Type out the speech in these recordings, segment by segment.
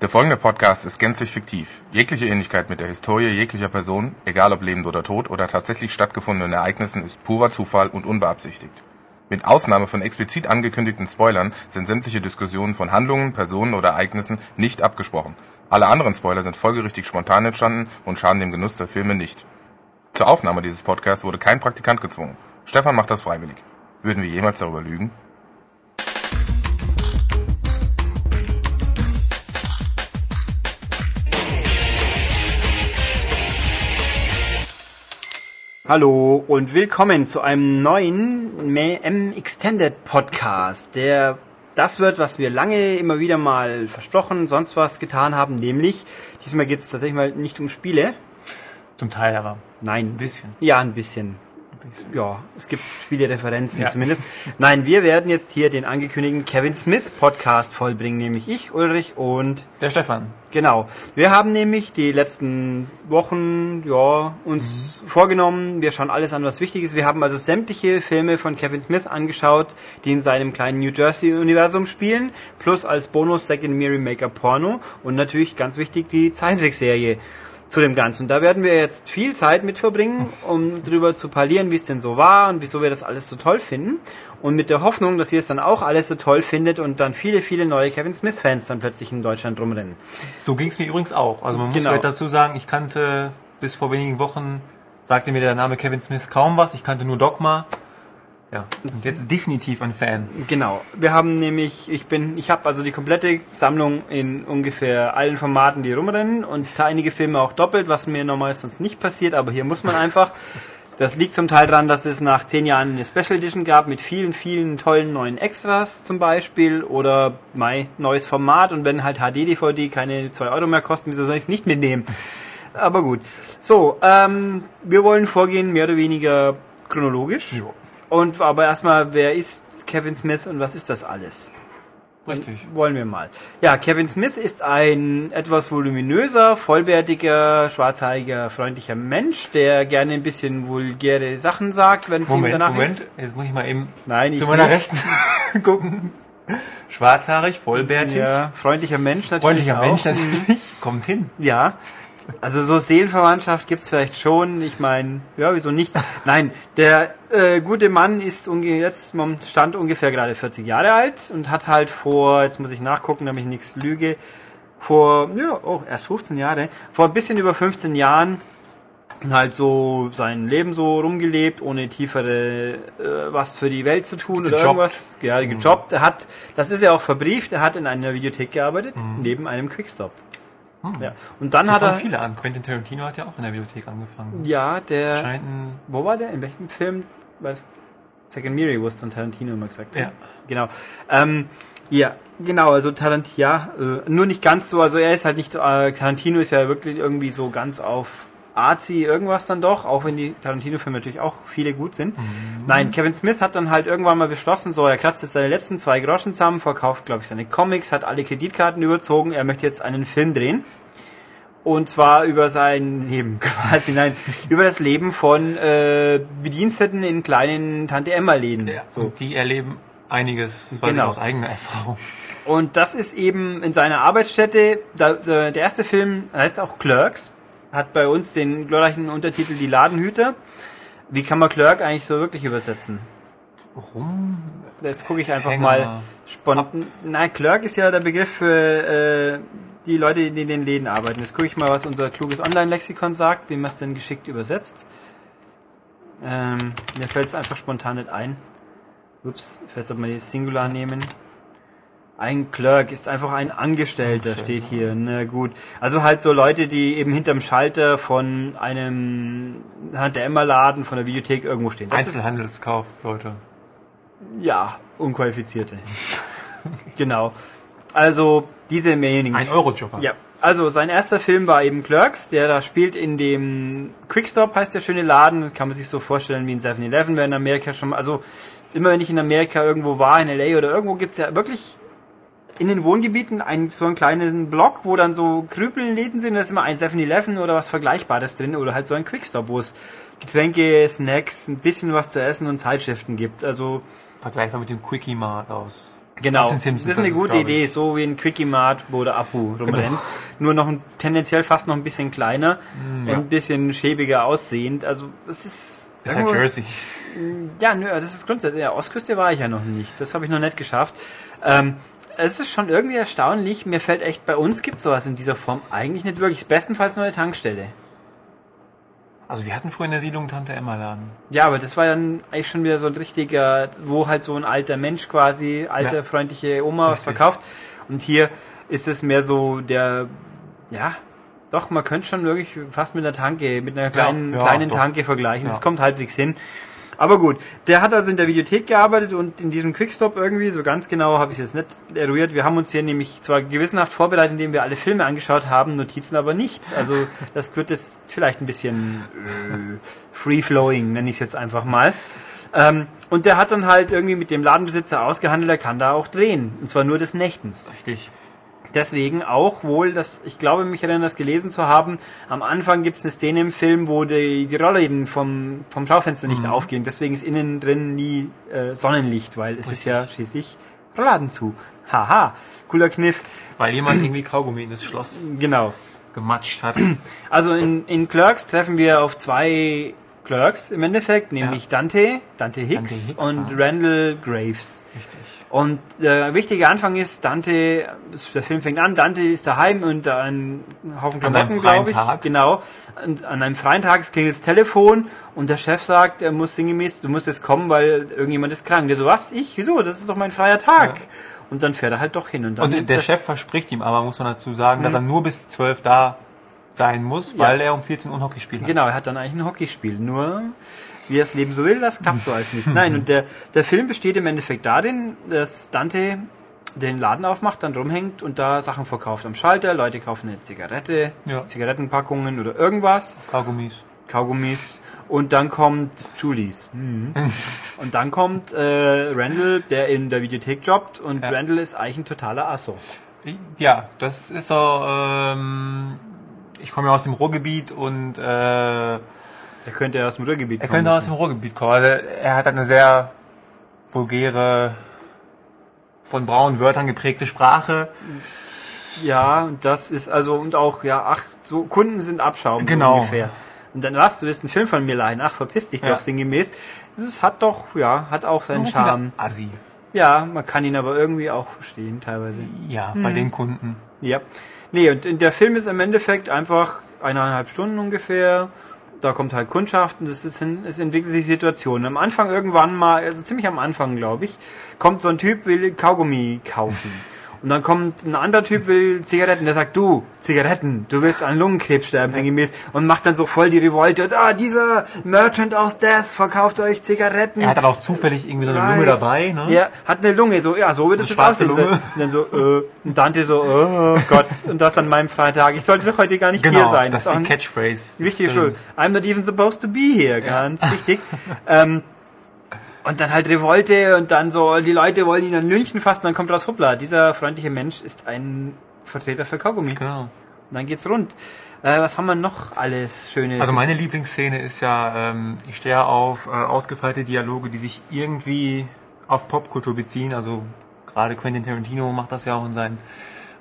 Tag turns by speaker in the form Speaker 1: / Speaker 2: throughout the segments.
Speaker 1: Der folgende Podcast ist gänzlich fiktiv. Jegliche Ähnlichkeit mit der Historie jeglicher Person, egal ob lebend oder tot, oder tatsächlich stattgefundenen Ereignissen ist purer Zufall und unbeabsichtigt. Mit Ausnahme von explizit angekündigten Spoilern sind sämtliche Diskussionen von Handlungen, Personen oder Ereignissen nicht abgesprochen. Alle anderen Spoiler sind folgerichtig spontan entstanden und schaden dem Genuss der Filme nicht. Zur Aufnahme dieses Podcasts wurde kein Praktikant gezwungen. Stefan macht das freiwillig. Würden wir jemals darüber lügen?
Speaker 2: Hallo und willkommen zu einem neuen M Extended Podcast. Der das wird, was wir lange immer wieder mal versprochen, sonst was getan haben, nämlich diesmal geht es tatsächlich mal nicht um Spiele.
Speaker 3: Zum Teil aber.
Speaker 2: Nein, ein
Speaker 3: bisschen.
Speaker 2: Ja, ein bisschen.
Speaker 3: Ein bisschen.
Speaker 2: Ja, es gibt Spielereferenzen
Speaker 3: Ja.
Speaker 2: zumindest. Nein, wir werden jetzt hier den angekündigten Kevin Smith Podcast vollbringen, nämlich ich, Ulrich und
Speaker 3: Der Stefan.
Speaker 2: Genau. Wir haben nämlich die letzten Wochen ja, uns vorgenommen, wir schauen alles an, was wichtig ist. Wir haben also sämtliche Filme von Kevin Smith angeschaut, die in seinem kleinen New Jersey-Universum spielen, plus als Bonus Second Mary Maker Porno und natürlich ganz wichtig die Zeichentrickserie zu dem Ganzen. Und da werden wir jetzt viel Zeit mit verbringen, um drüber zu parlieren, wie es denn so war und wieso wir das alles so toll finden. Und mit der Hoffnung, dass ihr es dann auch alles so toll findet und dann viele, viele neue Kevin Smith-Fans dann plötzlich in Deutschland rumrennen.
Speaker 3: So ging es mir übrigens auch. Also man muss
Speaker 2: Genau.
Speaker 3: vielleicht dazu sagen, ich kannte bis vor wenigen Wochen, sagte mir der Name Kevin Smith kaum was. Ich kannte nur Dogma. Ja, und jetzt definitiv ein Fan.
Speaker 2: Genau. Wir haben nämlich, ich bin, ich habe also die komplette Sammlung in ungefähr allen Formaten, die rumrennen und einige Filme auch doppelt, was mir normal sonst nicht passiert, aber hier muss man einfach. Das liegt zum Teil daran, dass es nach zehn Jahren eine Special Edition gab mit vielen, vielen tollen neuen Extras zum Beispiel oder mein neues Format und wenn halt HD-DVD keine 2 Euro mehr kosten, wieso soll ich es nicht mitnehmen? Aber gut. So, ähm, wir wollen vorgehen mehr oder weniger chronologisch.
Speaker 3: Jo.
Speaker 2: Und aber erstmal, wer ist Kevin Smith und was ist das alles?
Speaker 3: Richtig.
Speaker 2: Wollen wir mal. Ja, Kevin Smith ist ein etwas voluminöser, vollwertiger, schwarzhaariger, freundlicher Mensch, der gerne ein bisschen vulgäre Sachen sagt, wenn es ihm
Speaker 3: Moment,
Speaker 2: danach
Speaker 3: Moment.
Speaker 2: ist.
Speaker 3: Jetzt muss ich mal eben
Speaker 2: Nein, ich
Speaker 3: zu meiner
Speaker 2: nicht.
Speaker 3: Rechten gucken. Schwarzhaarig, vollbärtig,
Speaker 2: Ja, freundlicher Mensch natürlich.
Speaker 3: freundlicher
Speaker 2: auch.
Speaker 3: Mensch natürlich. Kommt hin.
Speaker 2: Ja. Also so Seelenverwandtschaft gibt's vielleicht schon. Ich meine, ja, wieso nicht? Nein, der äh, gute Mann ist unge jetzt mom- stand ungefähr gerade 40 Jahre alt und hat halt vor, jetzt muss ich nachgucken, damit ich nichts lüge, vor, ja, oh, erst 15 Jahre, vor ein bisschen über 15 Jahren halt so sein Leben so rumgelebt, ohne tiefere äh, was für die Welt zu tun oder
Speaker 3: Gejobbt.
Speaker 2: irgendwas. Ja, gejobbt. Er hat, das ist ja auch verbrieft, er hat in einer Videothek gearbeitet, neben einem Quickstop. Ja. Und dann
Speaker 3: So
Speaker 2: hat er.
Speaker 3: fangen viele an. Quentin Tarantino hat ja auch in der Bibliothek angefangen.
Speaker 2: Ja, der.
Speaker 3: Scheint ein
Speaker 2: Wo war der? In welchem Film? War das Second Mary, wo es dann Tarantino immer gesagt hat.
Speaker 3: Ja.
Speaker 2: Genau. Ähm, ja, genau, also Tarantino, ja, äh, nur nicht ganz so, also er ist halt nicht so, äh, Tarantino ist ja wirklich irgendwie so ganz auf Arzi irgendwas dann doch, auch wenn die Tarantino-Filme natürlich auch viele gut sind.
Speaker 3: Mhm.
Speaker 2: Nein, Kevin Smith hat dann halt irgendwann mal beschlossen, so, er kratzt jetzt seine letzten zwei Groschen zusammen, verkauft, glaube ich, seine Comics, hat alle Kreditkarten überzogen, er möchte jetzt einen Film drehen. Und zwar über sein Leben quasi, nein, über das Leben von äh, Bediensteten in kleinen Tante-Emma-Läden.
Speaker 3: Ja, so. Und die erleben einiges, das weiß
Speaker 2: Genau.
Speaker 3: ich aus eigener Erfahrung.
Speaker 2: Und das ist eben in seiner Arbeitsstätte. Da, da, der erste Film heißt auch Clerks, hat bei uns den glorreichen Untertitel Die Ladenhüter. Wie kann man Clerk eigentlich so wirklich übersetzen?
Speaker 3: Warum?
Speaker 2: Jetzt gucke ich einfach
Speaker 3: Hänger.
Speaker 2: mal spontan. Nein, Clerk ist ja der Begriff für äh, die Leute, die in den Läden arbeiten. Jetzt gucke ich mal, was unser kluges Online-Lexikon sagt, wie man es denn geschickt übersetzt. Ähm, mir fällt es einfach spontan nicht ein. Ups, vielleicht sollte man die Singular nehmen. Ein Clerk ist einfach ein Angestellter, steht hier. Na gut. Also halt so Leute, die eben hinterm Schalter von einem Hand der Emma-Laden, von der Videothek irgendwo stehen. Das ist-
Speaker 3: Einzelhandelskauf, Leute.
Speaker 2: ja, unqualifizierte. genau. Also diese mehrjährigen.
Speaker 3: Ein Eurojobber.
Speaker 2: Ja. Also sein erster Film war eben Clerks, der da spielt in dem Quickstop heißt der schöne Laden, das kann man sich so vorstellen wie in 7-Eleven, wer in Amerika schon mal, also immer wenn ich in Amerika irgendwo war, in LA oder irgendwo gibt's ja wirklich in den Wohngebieten einen, so einen kleinen Block, wo dann so Krüpelläden sind, da ist immer ein 7-Eleven oder was Vergleichbares drin oder halt so ein Quickstop, wo es Getränke, Snacks, ein bisschen was zu essen und Zeitschriften gibt. Also
Speaker 3: Vergleichbar mit dem Quickie Mart aus
Speaker 2: Genau.
Speaker 3: Aus den Simpsons,
Speaker 2: das ist eine
Speaker 3: das ist,
Speaker 2: gute
Speaker 3: glaub ich. Genau.
Speaker 2: Idee, so wie ein Quickie Mart, wo der Apu rumrennt. Nur noch ein, tendenziell fast noch ein bisschen kleiner,
Speaker 3: Hm,
Speaker 2: ein bisschen schäbiger aussehend. Also es ist.
Speaker 3: Ist halt
Speaker 2: irgendwo-
Speaker 3: Jersey.
Speaker 2: ja, nö, das ist grundsätzlich. Ja, Ostküste war ich ja noch nicht. Das habe ich noch nicht geschafft. Ähm, es ist schon irgendwie erstaunlich. Mir fällt echt, bei uns gibt sowas in dieser Form eigentlich nicht wirklich. Bestenfalls nur eine Tankstelle.
Speaker 3: Also wir hatten früher in der Siedlung Tante Emma Laden.
Speaker 2: Ja, aber das war dann eigentlich schon wieder so ein richtiger, wo halt so ein alter Mensch quasi, alter
Speaker 3: Ja.
Speaker 2: freundliche Oma was
Speaker 3: Richtig.
Speaker 2: verkauft. Und hier ist es mehr so der, ja, doch, man könnte schon wirklich fast mit einer Tanke, mit einer kleinen,
Speaker 3: ja,
Speaker 2: kleinen
Speaker 3: doch.
Speaker 2: Tanke vergleichen.
Speaker 3: Ja.
Speaker 2: Das kommt halbwegs hin. Aber gut, der hat also in der Videothek gearbeitet und in diesem Quickstop irgendwie, so ganz genau habe ich es jetzt nicht eruiert. Wir haben uns hier nämlich zwar gewissenhaft vorbereitet, indem wir alle Filme angeschaut haben, Notizen aber nicht. Also das wird jetzt vielleicht ein bisschen äh, free-flowing, nenne ich es jetzt einfach mal. Ähm, und der hat dann halt irgendwie mit dem Ladenbesitzer ausgehandelt, er kann da auch drehen. Und zwar nur des Nächtens.
Speaker 3: Richtig.
Speaker 2: Deswegen auch wohl, dass ich glaube, mich erinnern, das gelesen zu haben. Am Anfang gibt es eine Szene im Film, wo die, die Rollläden vom, vom Schaufenster nicht aufgehen. Deswegen ist innen drin nie äh, Sonnenlicht, weil es ist ja schließlich Rollladen zu. Haha, cooler Kniff.
Speaker 3: Weil jemand irgendwie Kaugummi in das Schloss
Speaker 2: Genau.
Speaker 3: gematscht hat.
Speaker 2: Also in, in Clerks treffen wir auf zwei Clerks im Endeffekt, nämlich Dante, Dante Hicks,
Speaker 3: Hicks,
Speaker 2: und
Speaker 3: ja.
Speaker 2: Randall Graves.
Speaker 3: Richtig.
Speaker 2: Und der wichtige Anfang ist, Dante, der Film fängt an, Dante ist daheim und ein Haufen
Speaker 3: An
Speaker 2: Klamotten,
Speaker 3: einem freien
Speaker 2: glaube ich.
Speaker 3: Tag.
Speaker 2: Genau. Und an einem freien Tag es klingelt das Telefon und der Chef sagt, er muss sinngemäß, du musst jetzt kommen, weil irgendjemand ist krank. Der so, was? Ich? Wieso? Das ist doch mein freier Tag. Und dann fährt er halt doch hin. Und, dann
Speaker 3: Und der
Speaker 2: das- Hm.
Speaker 3: Chef verspricht ihm aber, muss man dazu sagen, dass er nur bis 12 da sein muss, weil er um 14 Uhr ein Hockeyspiel hat.
Speaker 2: Genau, er hat dann eigentlich ein Hockeyspiel. Nur, wie er das Leben so will, das klappt so als nicht. Nein, und der, der Film besteht im Endeffekt darin, dass Dante den Laden aufmacht, dann rumhängt und da Sachen verkauft am Schalter. Leute kaufen eine Zigarette,
Speaker 3: Ja.
Speaker 2: Zigarettenpackungen oder irgendwas,
Speaker 3: Kaugummis.
Speaker 2: Kaugummis. Und dann kommt Julies. Mhm. Und dann kommt äh, Randall, der in der Videothek jobbt. Und
Speaker 3: Ja.
Speaker 2: Randall ist eigentlich ein totaler Asso.
Speaker 3: Ja, das ist so, ähm, ich komme ja aus dem Ruhrgebiet und äh,
Speaker 2: Er könnte ja aus dem Ruhrgebiet
Speaker 3: Er könnte aus dem Ruhrgebiet kommen. Also er hat eine sehr vulgäre, von braunen Wörtern geprägte Sprache.
Speaker 2: Ja, und das ist also, und auch, ja, ach, so Kunden sind Abschaum
Speaker 3: Genau.
Speaker 2: so ungefähr. Und dann was, du willst einen Film von mir leihen, ach, verpiss dich
Speaker 3: Ja.
Speaker 2: doch sinngemäß. Das hat doch, ja, hat auch seinen Charme.
Speaker 3: Assi.
Speaker 2: Ja, man kann ihn aber irgendwie auch verstehen teilweise.
Speaker 3: Ja,
Speaker 2: Hm.
Speaker 3: bei den Kunden.
Speaker 2: Ja. Nee, und in der Film ist im Endeffekt einfach eineinhalb Stunden ungefähr. Da kommt halt Kundschaft und es, ist hin, es entwickelt sich Situationen. Am Anfang irgendwann mal, also ziemlich am Anfang, glaube ich, kommt so ein Typ, will Kaugummi kaufen. Und dann kommt ein anderer Typ, will Zigaretten, der sagt, du, Zigaretten, du willst an Lungenkrebs sterben, sinngemäß, und macht dann so voll die Revolte. Und, ah, dieser Merchant of Death verkauft euch Zigaretten.
Speaker 3: Er hat dann auch zufällig irgendwie so eine
Speaker 2: Weiß.
Speaker 3: Lunge dabei, ne?
Speaker 2: Ja, hat eine Lunge, so, ja, so wird es jetzt
Speaker 3: schwarze
Speaker 2: aussehen.
Speaker 3: Lunge.
Speaker 2: Und dann so, äh, und Dante so, oh Gott, und das an meinem Freitag. Ich sollte doch heute gar nicht hier
Speaker 3: Genau,
Speaker 2: sein.
Speaker 3: das
Speaker 2: Ist
Speaker 3: ist
Speaker 2: auch
Speaker 3: die
Speaker 2: ein
Speaker 3: Catchphrase. des
Speaker 2: Wichtige Schuld.
Speaker 3: Films.
Speaker 2: I'm not even supposed to be here, ganz wichtig. ähm, und dann halt Revolte und dann so, die Leute wollen ihn dann lynchen fassen, dann kommt raus, hoppla, dieser freundliche Mensch ist ein Vertreter für Kaugummi.
Speaker 3: Genau.
Speaker 2: Und dann geht's rund. Äh, was haben wir noch alles Schönes?
Speaker 3: Also meine Lieblingsszene ist ja, ähm, ich stehe ja auf äh, ausgefeilte Dialoge, die sich irgendwie auf Popkultur beziehen. Also gerade Quentin Tarantino macht das ja auch in seinen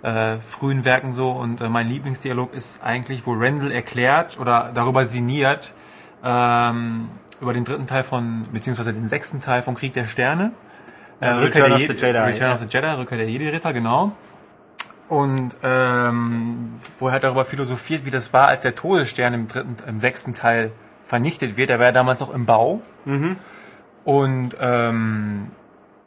Speaker 3: äh, frühen Werken so. Und äh, mein Lieblingsdialog ist eigentlich, wo Randall erklärt oder darüber sinniert, ähm, über den dritten Teil von, beziehungsweise den sechsten Teil von Krieg der Sterne. Äh,
Speaker 2: Also
Speaker 3: Rückkehr
Speaker 2: Return
Speaker 3: der
Speaker 2: of the
Speaker 3: Je-
Speaker 2: Jedi,
Speaker 3: Return
Speaker 2: ja.
Speaker 3: of the Jedi, Rückkehr der Jedi-Ritter, genau. Und ähm, wo er darüber philosophiert, wie das war, als der Todesstern im dritten, im sechsten Teil vernichtet wird. Er war ja damals noch im Bau. Und ähm,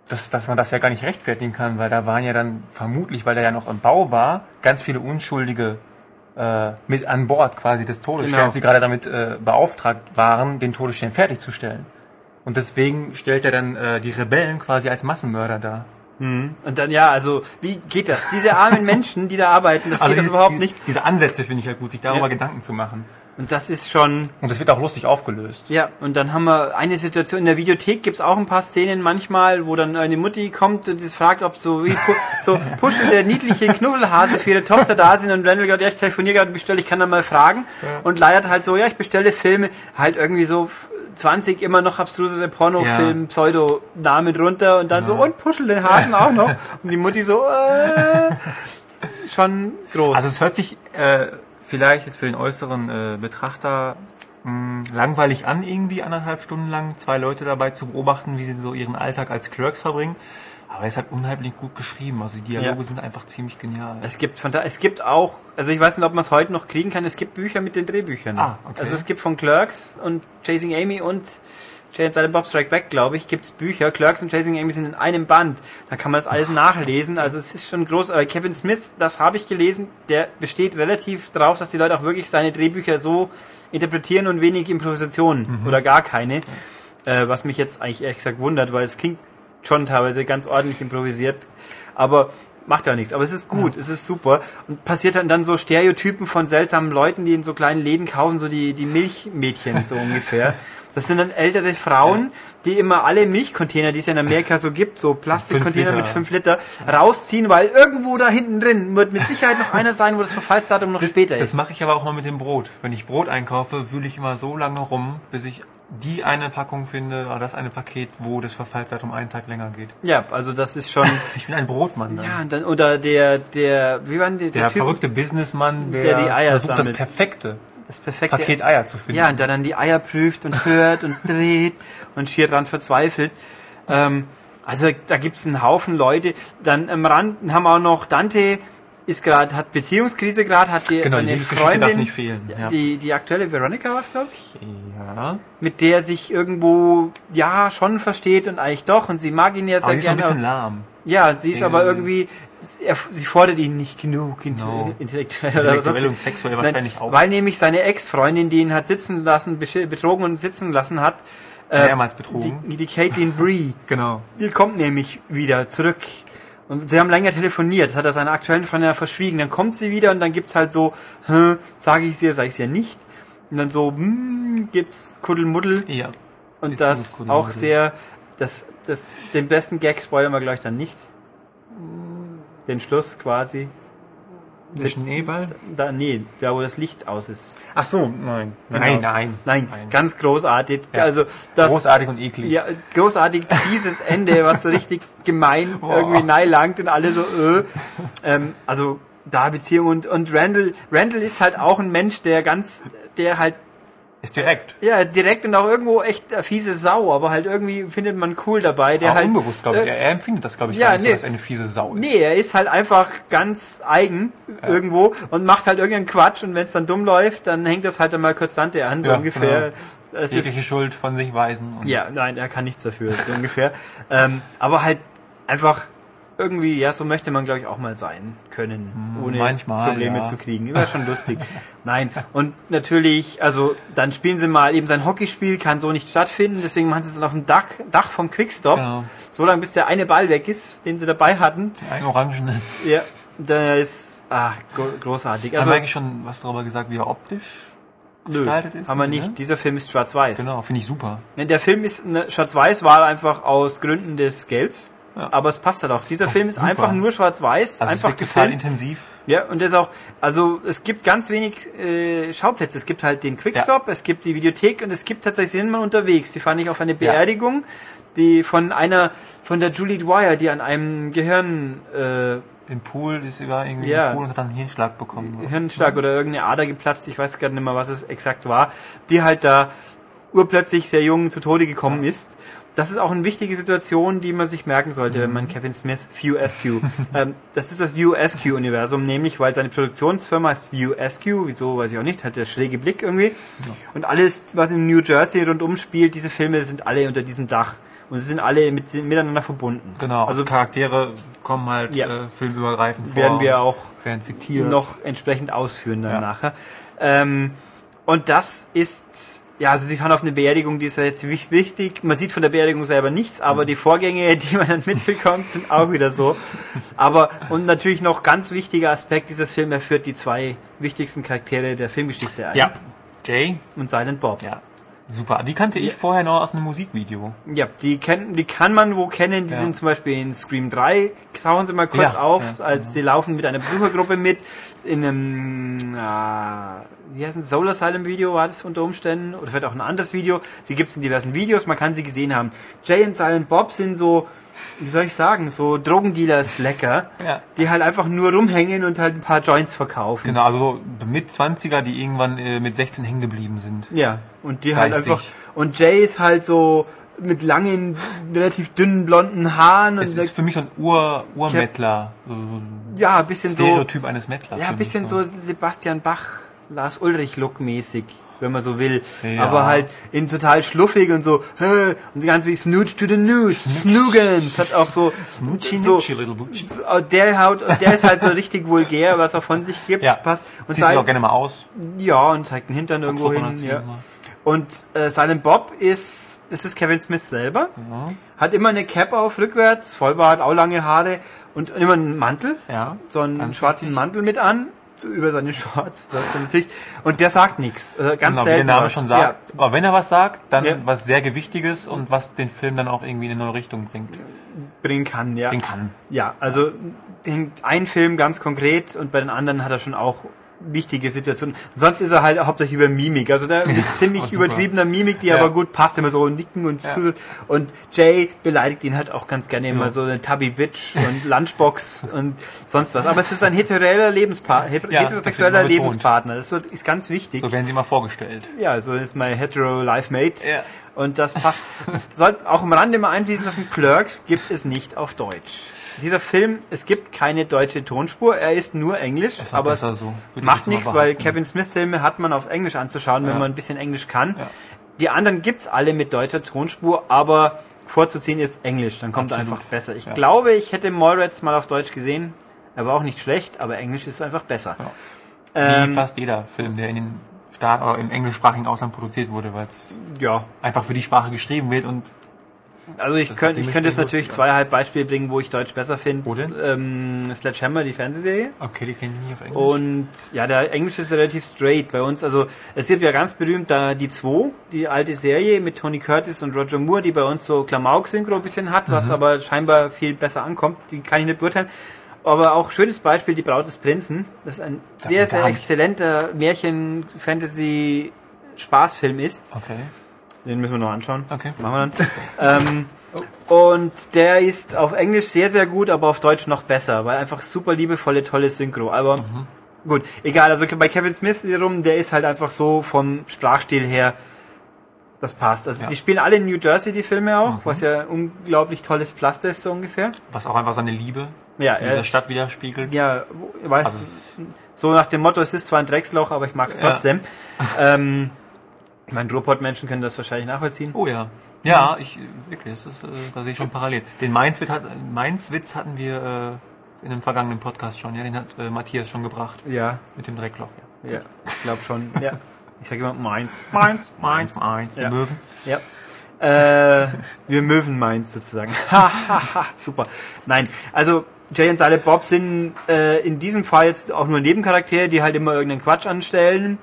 Speaker 3: dass, dass man das ja gar nicht rechtfertigen kann, weil da waren ja dann vermutlich, weil er ja noch im Bau war, ganz viele Unschuldige äh, mit an Bord quasi des Todessterns,
Speaker 2: Genau.
Speaker 3: die gerade damit äh, beauftragt waren, den Todesstern fertigzustellen. Und deswegen stellt er dann äh, die Rebellen quasi als Massenmörder dar.
Speaker 2: und dann, ja, also, wie geht das? Diese armen Menschen, die da arbeiten, das geht das
Speaker 3: Also die-
Speaker 2: überhaupt
Speaker 3: die,
Speaker 2: nicht.
Speaker 3: Diese Ansätze finde ich halt gut, sich darüber
Speaker 2: Ja.
Speaker 3: Gedanken zu machen.
Speaker 2: Und das ist schon,
Speaker 3: Und das wird auch lustig aufgelöst.
Speaker 2: Ja, und dann haben wir eine Situation, in der Videothek gibt's auch ein paar Szenen manchmal, wo dann eine Mutti kommt und es fragt, ob so, wie pu so puschelnde, niedliche Knuffelhase für ihre Tochter da sind und Randall gerade, ja, ich telefoniere gerade und bestelle, ich kann dann mal fragen und leiert halt so, ja, ich bestelle Filme, halt irgendwie so f- 20 immer noch abstrusere Pornofilm,
Speaker 3: Ja.
Speaker 2: Pseudonamen drunter und dann so, und puschel den Hasen auch noch. Und die Mutti so, äh, schon groß.
Speaker 3: Also es hört sich äh, vielleicht jetzt für den äußeren äh, Betrachter mh, langweilig an, irgendwie anderthalb Stunden lang zwei Leute dabei zu beobachten, wie sie so ihren Alltag als Clerks verbringen. Aber es ist halt unheimlich gut geschrieben. Also die Dialoge
Speaker 2: Ja.
Speaker 3: sind einfach ziemlich genial.
Speaker 2: Es gibt von da, es gibt auch, also ich weiß nicht, ob man es heute noch kriegen kann, es gibt Bücher mit den Drehbüchern.
Speaker 3: Ah, okay.
Speaker 2: Also es gibt von Clerks und Chasing Amy und Jay and Silent Bob Strike Back, glaube ich, gibt es Bücher. Clerks und Chasing Amy sind in einem Band. Da kann man das alles nachlesen. Also es ist schon groß. Aber Kevin Smith, das habe ich gelesen, der besteht relativ drauf, dass die Leute auch wirklich seine Drehbücher so interpretieren und wenig Improvisationen
Speaker 3: Mhm.
Speaker 2: oder gar keine. Äh, was mich jetzt eigentlich ehrlich gesagt wundert, weil es klingt schon teilweise ganz ordentlich improvisiert. Aber macht ja nichts. Aber es ist gut, es ist super. Und passiert dann, dann so Stereotypen von seltsamen Leuten, die in so kleinen Läden kaufen, so die, die Milchmädchen so ungefähr. Das sind dann ältere Frauen, die immer alle Milchcontainer, die es ja in Amerika so gibt, so Plastikcontainer
Speaker 3: Liter.
Speaker 2: mit 5 Liter, rausziehen, weil irgendwo da hinten drin wird mit Sicherheit noch einer sein, wo das Verfallsdatum noch später
Speaker 3: Das
Speaker 2: ist.
Speaker 3: mache ich aber auch mal mit dem Brot. Wenn ich Brot einkaufe, wühle ich immer so lange rum, bis ich die eine Packung finde oder das eine Paket, wo das Verfallsdatum einen Tag länger geht.
Speaker 2: Ja, also das ist schon.
Speaker 3: Ich bin ein Brotmann. Dann.
Speaker 2: Ja, und dann, oder der, der, wie waren die,
Speaker 3: der
Speaker 2: Typ-
Speaker 3: verrückte Businessmann, der,
Speaker 2: die Eier
Speaker 3: versucht, das
Speaker 2: sammelt.
Speaker 3: perfekte
Speaker 2: das perfekte
Speaker 3: Paket Eier zu finden.
Speaker 2: Ja, und der dann die Eier prüft und hört und dreht und schier dran verzweifelt. Ähm, also da gibt's einen Haufen Leute. Dann am Rand haben auch noch Dante ist gerade, hat Beziehungskrise gerade, hat die,
Speaker 3: Genau, die
Speaker 2: seine
Speaker 3: Liebesgeschichte
Speaker 2: Freundin,
Speaker 3: darf nicht fehlen, ja.
Speaker 2: die, die aktuelle Veronica war's, glaube ich,
Speaker 3: ja.
Speaker 2: mit der sich irgendwo, ja, schon versteht und eigentlich doch und sie mag ihn jetzt
Speaker 3: Aber
Speaker 2: sehr
Speaker 3: die ist so
Speaker 2: gerne.
Speaker 3: ein bisschen lahm.
Speaker 2: Ja, sie ist
Speaker 3: Ja.
Speaker 2: aber irgendwie, sie- er- sie fordert ihn nicht genug int
Speaker 3: Genau.
Speaker 2: intellektuell.
Speaker 3: Intellektuell
Speaker 2: oder was.
Speaker 3: und sexuell wahrscheinlich auch.
Speaker 2: Weil nämlich seine Ex-Freundin, die ihn hat sitzen lassen, besch- betrogen und sitzen lassen hat, äh,
Speaker 3: Mehrmals betrogen.
Speaker 2: Die, die Caitlin Bree,
Speaker 3: Genau.
Speaker 2: die kommt nämlich wieder zurück. Und sie haben länger telefoniert, das hat er seiner aktuellen Freundin ja verschwiegen. Dann kommt sie wieder und dann gibt's halt so, hm, sage ich dir, sage ich ja nicht. Und dann so, hm, gibt's Kuddelmuddel.
Speaker 3: Ja.
Speaker 2: Und
Speaker 3: Beziehungs-
Speaker 2: das
Speaker 3: Kuddelmuddel.
Speaker 2: auch sehr, das, das, den besten Gag spoilern wir gleich dann nicht. Den Schluss quasi.
Speaker 3: Der Schneeball?
Speaker 2: Da, nee, da wo das Licht aus ist.
Speaker 3: Ach so, nein. Nein,
Speaker 2: Genau.
Speaker 3: nein.
Speaker 2: Nein, ganz großartig. Also das
Speaker 3: Großartig und eklig.
Speaker 2: Ja, großartig dieses Ende, was so richtig gemein
Speaker 3: Oh.
Speaker 2: irgendwie neilangt und alle so, äh. ähm, also da Beziehung und, und Randall, Randall ist halt auch ein Mensch, der ganz, der halt
Speaker 3: Ist direkt.
Speaker 2: Ja, direkt und auch irgendwo echt eine fiese Sau, aber halt irgendwie findet man cool dabei, der
Speaker 3: Auch
Speaker 2: halt
Speaker 3: unbewusst, glaube ich.
Speaker 2: Äh,
Speaker 3: Er, er empfindet das, glaube ich,
Speaker 2: ja,
Speaker 3: gar nicht
Speaker 2: nee.
Speaker 3: so, dass er eine fiese Sau ist.
Speaker 2: Nee, er ist halt einfach ganz eigen irgendwo und macht halt irgendeinen Quatsch und wenn es dann dumm läuft, dann hängt das halt dann mal kurz Dante an, so
Speaker 3: Ja, genau.
Speaker 2: ungefähr. Das
Speaker 3: Jegliche
Speaker 2: ist,
Speaker 3: Schuld von sich weisen. Und
Speaker 2: ja, nein, er kann nichts dafür, so ungefähr. Ähm, aber halt einfach irgendwie, ja, so möchte man, glaube ich, auch mal sein können, ohne
Speaker 3: Hm, manchmal,
Speaker 2: Probleme
Speaker 3: ja.
Speaker 2: zu kriegen. Immer schon lustig. Nein, und natürlich, also dann spielen sie mal, eben sein Hockeyspiel kann so nicht stattfinden, deswegen machen sie es dann auf dem Dach, Dach vom Quickstop,
Speaker 3: Genau.
Speaker 2: so lange bis der eine Ball weg ist, den sie dabei hatten.
Speaker 3: Ein Orangenen.
Speaker 2: Ja, der ist ach, gro- großartig.
Speaker 3: Da
Speaker 2: Also,
Speaker 3: merke ich schon was darüber gesagt, wie er optisch
Speaker 2: nö,
Speaker 3: gestaltet ist.
Speaker 2: haben wir
Speaker 3: ne?
Speaker 2: nicht. Dieser Film ist schwarz-weiß.
Speaker 3: Genau, finde ich super.
Speaker 2: Ne, Der Film ist ne, schwarz-weiß, war einfach aus Gründen des Gelds.
Speaker 3: Ja.
Speaker 2: Aber es passt halt auch. Dieser
Speaker 3: passt
Speaker 2: Film ist
Speaker 3: super.
Speaker 2: einfach nur schwarz-weiß,
Speaker 3: Also es
Speaker 2: einfach
Speaker 3: wirkt total
Speaker 2: gefilmt.
Speaker 3: intensiv.
Speaker 2: Ja, und der ist auch, also es gibt ganz wenig äh, Schauplätze. Es gibt halt den Quickstop, es gibt die Videothek und es gibt tatsächlich sind man unterwegs. Die fand ich auf eine Beerdigung, die von einer, von der Julie Dwyer, die an einem Gehirn äh,
Speaker 3: Im Pool ist über irgendwie
Speaker 2: Ja.
Speaker 3: im Pool und hat dann einen Hirnschlag bekommen.
Speaker 2: Hirnschlag oder irgendeine Ader geplatzt, ich weiß gerade nicht mehr, was es exakt war, die halt da urplötzlich sehr jung zu Tode gekommen ist. Das ist auch eine wichtige Situation, die man sich merken sollte, wenn man Kevin Smith View SQ. ähm, das ist das View SQ Universum, nämlich weil seine Produktionsfirma heißt View SQ, wieso weiß ich auch nicht, hat der schräge Blick irgendwie. Und alles, was in New Jersey rundum spielt, diese Filme sind alle unter diesem Dach und sie sind alle mit, miteinander verbunden.
Speaker 3: Genau,
Speaker 2: Also
Speaker 3: also Charaktere kommen halt
Speaker 2: Ja.
Speaker 3: äh, filmübergreifend vor.
Speaker 2: werden wir
Speaker 3: und
Speaker 2: auch
Speaker 3: werden zitiert.
Speaker 2: noch entsprechend ausführen dann
Speaker 3: Ja.
Speaker 2: nachher. Ähm, und das ist, ja, also sie fahren auf eine Beerdigung, die ist relativ wich- wichtig. Man sieht von der Beerdigung selber nichts, aber
Speaker 3: Mhm.
Speaker 2: die Vorgänge, die man dann mitbekommt, sind auch wieder so. Aber, und natürlich noch ganz wichtiger Aspekt dieses Films, er führt die zwei wichtigsten Charaktere der Filmgeschichte ein.
Speaker 3: Ja. Jay?
Speaker 2: Und Silent Bob.
Speaker 3: Ja. Super. Die kannte ich vorher noch aus einem Musikvideo.
Speaker 2: Ja, die, kennt, die kann man wo kennen. Die
Speaker 3: Ja.
Speaker 2: sind zum Beispiel in Scream 3, tauchen sie mal kurz
Speaker 3: Ja,
Speaker 2: auf,
Speaker 3: ja, Mhm.
Speaker 2: als sie laufen mit einer Besuchergruppe mit. In einem, äh, wie heißt es, Soul Asylum Video war das unter Umständen. Oder vielleicht auch ein anderes Video. Sie gibt es in diversen Videos, man kann sie gesehen haben. Jay und Silent Bob sind so, wie soll ich sagen, so Drogendealer-Slacker,
Speaker 3: Ja.
Speaker 2: die halt einfach nur rumhängen und halt ein paar Joints verkaufen.
Speaker 3: Genau, also so mit 20er, die irgendwann äh, mit 16 hängen geblieben sind.
Speaker 2: Ja, und die halt
Speaker 3: Geistig.
Speaker 2: einfach. Und Jay ist halt so mit langen, relativ dünnen blonden Haaren
Speaker 3: Das
Speaker 2: und
Speaker 3: ist für mich so ein Ur Urmettler. So, so ein
Speaker 2: also ja, ein bisschen so
Speaker 3: Stereotyp eines Mettlers.
Speaker 2: ja,
Speaker 3: für
Speaker 2: ein
Speaker 3: mich
Speaker 2: bisschen so Sebastian Bach, Lars Ulrich Look mäßig, wenn man so will,
Speaker 3: Ja.
Speaker 2: aber halt in total schluffig und so hä, und ganz wie Snooch to the News, Snuggins, hat auch so
Speaker 3: Snoochie,
Speaker 2: so,
Speaker 3: Noochie, Little Boochie.
Speaker 2: so der haut, der ist halt so richtig vulgär, was er von sich gibt,
Speaker 3: Ja,
Speaker 2: passt und
Speaker 3: zieht sich
Speaker 2: sein-
Speaker 3: auch gerne mal aus.
Speaker 2: Ja, und zeigt den Hintern irgendwo
Speaker 3: Opfer von
Speaker 2: hin. Ja.
Speaker 3: Erziehung mal.
Speaker 2: Und äh, Silent Bob ist, ist es Kevin Smith selber. Hat immer eine Cap auf, rückwärts, Vollbart, auch lange Haare und immer einen Mantel.
Speaker 3: Ja,
Speaker 2: So einen
Speaker 3: ganz
Speaker 2: schwarzen
Speaker 3: wichtig.
Speaker 2: Mantel mit an, so über seine Shorts. Das ist natürlich, und der sagt nichts. Äh, ganz
Speaker 3: Genau, wie der
Speaker 2: selten.
Speaker 3: Name
Speaker 2: was.
Speaker 3: schon sagt. Aber wenn er was sagt, dann
Speaker 2: Ja.
Speaker 3: was sehr Gewichtiges und was den Film dann auch irgendwie in eine neue Richtung bringt.
Speaker 2: Ja, bringen kann, ja.
Speaker 3: Den kann.
Speaker 2: Ja, also den einen Film ganz konkret und bei den anderen hat er schon auch wichtige Situationen. Sonst ist er halt hauptsächlich über Mimik, also da mit ziemlich
Speaker 3: oh, super.
Speaker 2: übertriebener Mimik, die
Speaker 3: Ja.
Speaker 2: aber gut passt, immer so nicken und zu, und Jay beleidigt ihn halt auch ganz gerne immer so eine Tubby Bitch und Lunchbox und sonst was. Aber es ist ein heteroeller Lebenspartner,
Speaker 3: Ja,
Speaker 2: heterosexueller
Speaker 3: das wird immer betont.
Speaker 2: Lebenspartner. Das wird- ist ganz wichtig.
Speaker 3: So werden sie mal vorgestellt.
Speaker 2: Ja, so ist mein hetero life mate.
Speaker 3: Ja.
Speaker 2: Und das passt. Sollten auch am Rande mal einfließen lassen, Clerks gibt es nicht auf Deutsch. Dieser Film, es gibt keine deutsche Tonspur, er ist nur Englisch,
Speaker 3: war
Speaker 2: aber es
Speaker 3: besser so, würde ich jetzt
Speaker 2: macht
Speaker 3: mal
Speaker 2: nichts, weil
Speaker 3: behaupten.
Speaker 2: Kevin Smith Filme hat man auf Englisch anzuschauen, wenn man ein bisschen Englisch kann. Die anderen gibt's alle mit deutscher Tonspur, aber vorzuziehen ist Englisch, dann kommt er
Speaker 3: Absolut.
Speaker 2: einfach besser. Ich glaube, ich hätte Mallrats mal auf Deutsch gesehen. Er war auch nicht schlecht, aber Englisch ist einfach besser.
Speaker 3: Wie
Speaker 2: Ähm,
Speaker 3: fast jeder Film, der in den Staat oder im englischsprachigen Ausland produziert wurde, weil es
Speaker 2: ja,
Speaker 3: einfach für die Sprache geschrieben wird und
Speaker 2: Also ich,
Speaker 3: Das
Speaker 2: könnte,
Speaker 3: hat
Speaker 2: ich
Speaker 3: mich
Speaker 2: könnte jetzt
Speaker 3: nicht
Speaker 2: natürlich
Speaker 3: gewusst,
Speaker 2: zweieinhalb Beispiele bringen, wo ich Deutsch besser finde.
Speaker 3: Wo denn?
Speaker 2: Ähm, Sledgehammer, die Fernsehserie.
Speaker 3: okay, die kenne ich nicht auf Englisch.
Speaker 2: Und ja, der Englisch ist relativ straight bei uns. Also es gibt ja ganz berühmt da die 2, die alte Serie mit Tony Curtis und Roger Moore, die bei uns so Klamauk-Synchro ein bisschen hat,
Speaker 3: Mhm.
Speaker 2: was aber scheinbar viel besser ankommt. Die kann ich nicht beurteilen. Aber auch schönes Beispiel, die Braut des Prinzen. Das ist ein sehr,
Speaker 3: mir
Speaker 2: sehr
Speaker 3: gar nichts.
Speaker 2: exzellenter Märchen-Fantasy-Spaßfilm ist.
Speaker 3: okay.
Speaker 2: Den müssen wir noch anschauen.
Speaker 3: Okay.
Speaker 2: Machen wir dann. ähm, und der ist auf Englisch sehr, sehr gut, aber auf Deutsch noch besser, weil einfach super liebevolle, tolle Synchro. Aber gut, egal. Also bei Kevin Smith wiederum, der ist halt einfach so vom Sprachstil her, das passt. Also
Speaker 3: Ja. Mhm.
Speaker 2: die spielen alle in New Jersey die Filme auch, was ja unglaublich tolles Pflaster ist, so ungefähr.
Speaker 3: Was auch einfach seine Liebe
Speaker 2: Ja,
Speaker 3: zu dieser
Speaker 2: äh,
Speaker 3: Stadt widerspiegelt.
Speaker 2: ja, wo- weißt
Speaker 3: Also es-
Speaker 2: du, so nach dem Motto, es ist zwar ein Drecksloch, aber ich mag es
Speaker 3: Ja.
Speaker 2: trotzdem. ähm, ich meine, Ruhrpott-Menschen können das wahrscheinlich nachvollziehen.
Speaker 3: Oh ja. Ja, ich wirklich, das ist, äh, da sehe ich schon parallel. Den Mainz-Witz hat, äh, Mainz-Witz hatten wir äh, in einem vergangenen Podcast schon, ja, den hat äh, Matthias schon gebracht
Speaker 2: Ja,
Speaker 3: mit dem Dreckloch. Ja.
Speaker 2: Ja, ich glaube schon. Ja. Ich sage immer Mainz. Mainz.
Speaker 3: Mainz, Mainz,
Speaker 2: Ja.
Speaker 3: die Möwen.
Speaker 2: Ja. Äh, wir Möwen Mainz sozusagen. Hahaha, Super. Nein, also Jay und Silent Bob sind äh, in diesem Fall jetzt auch nur Nebencharaktere, die halt immer irgendeinen Quatsch anstellen.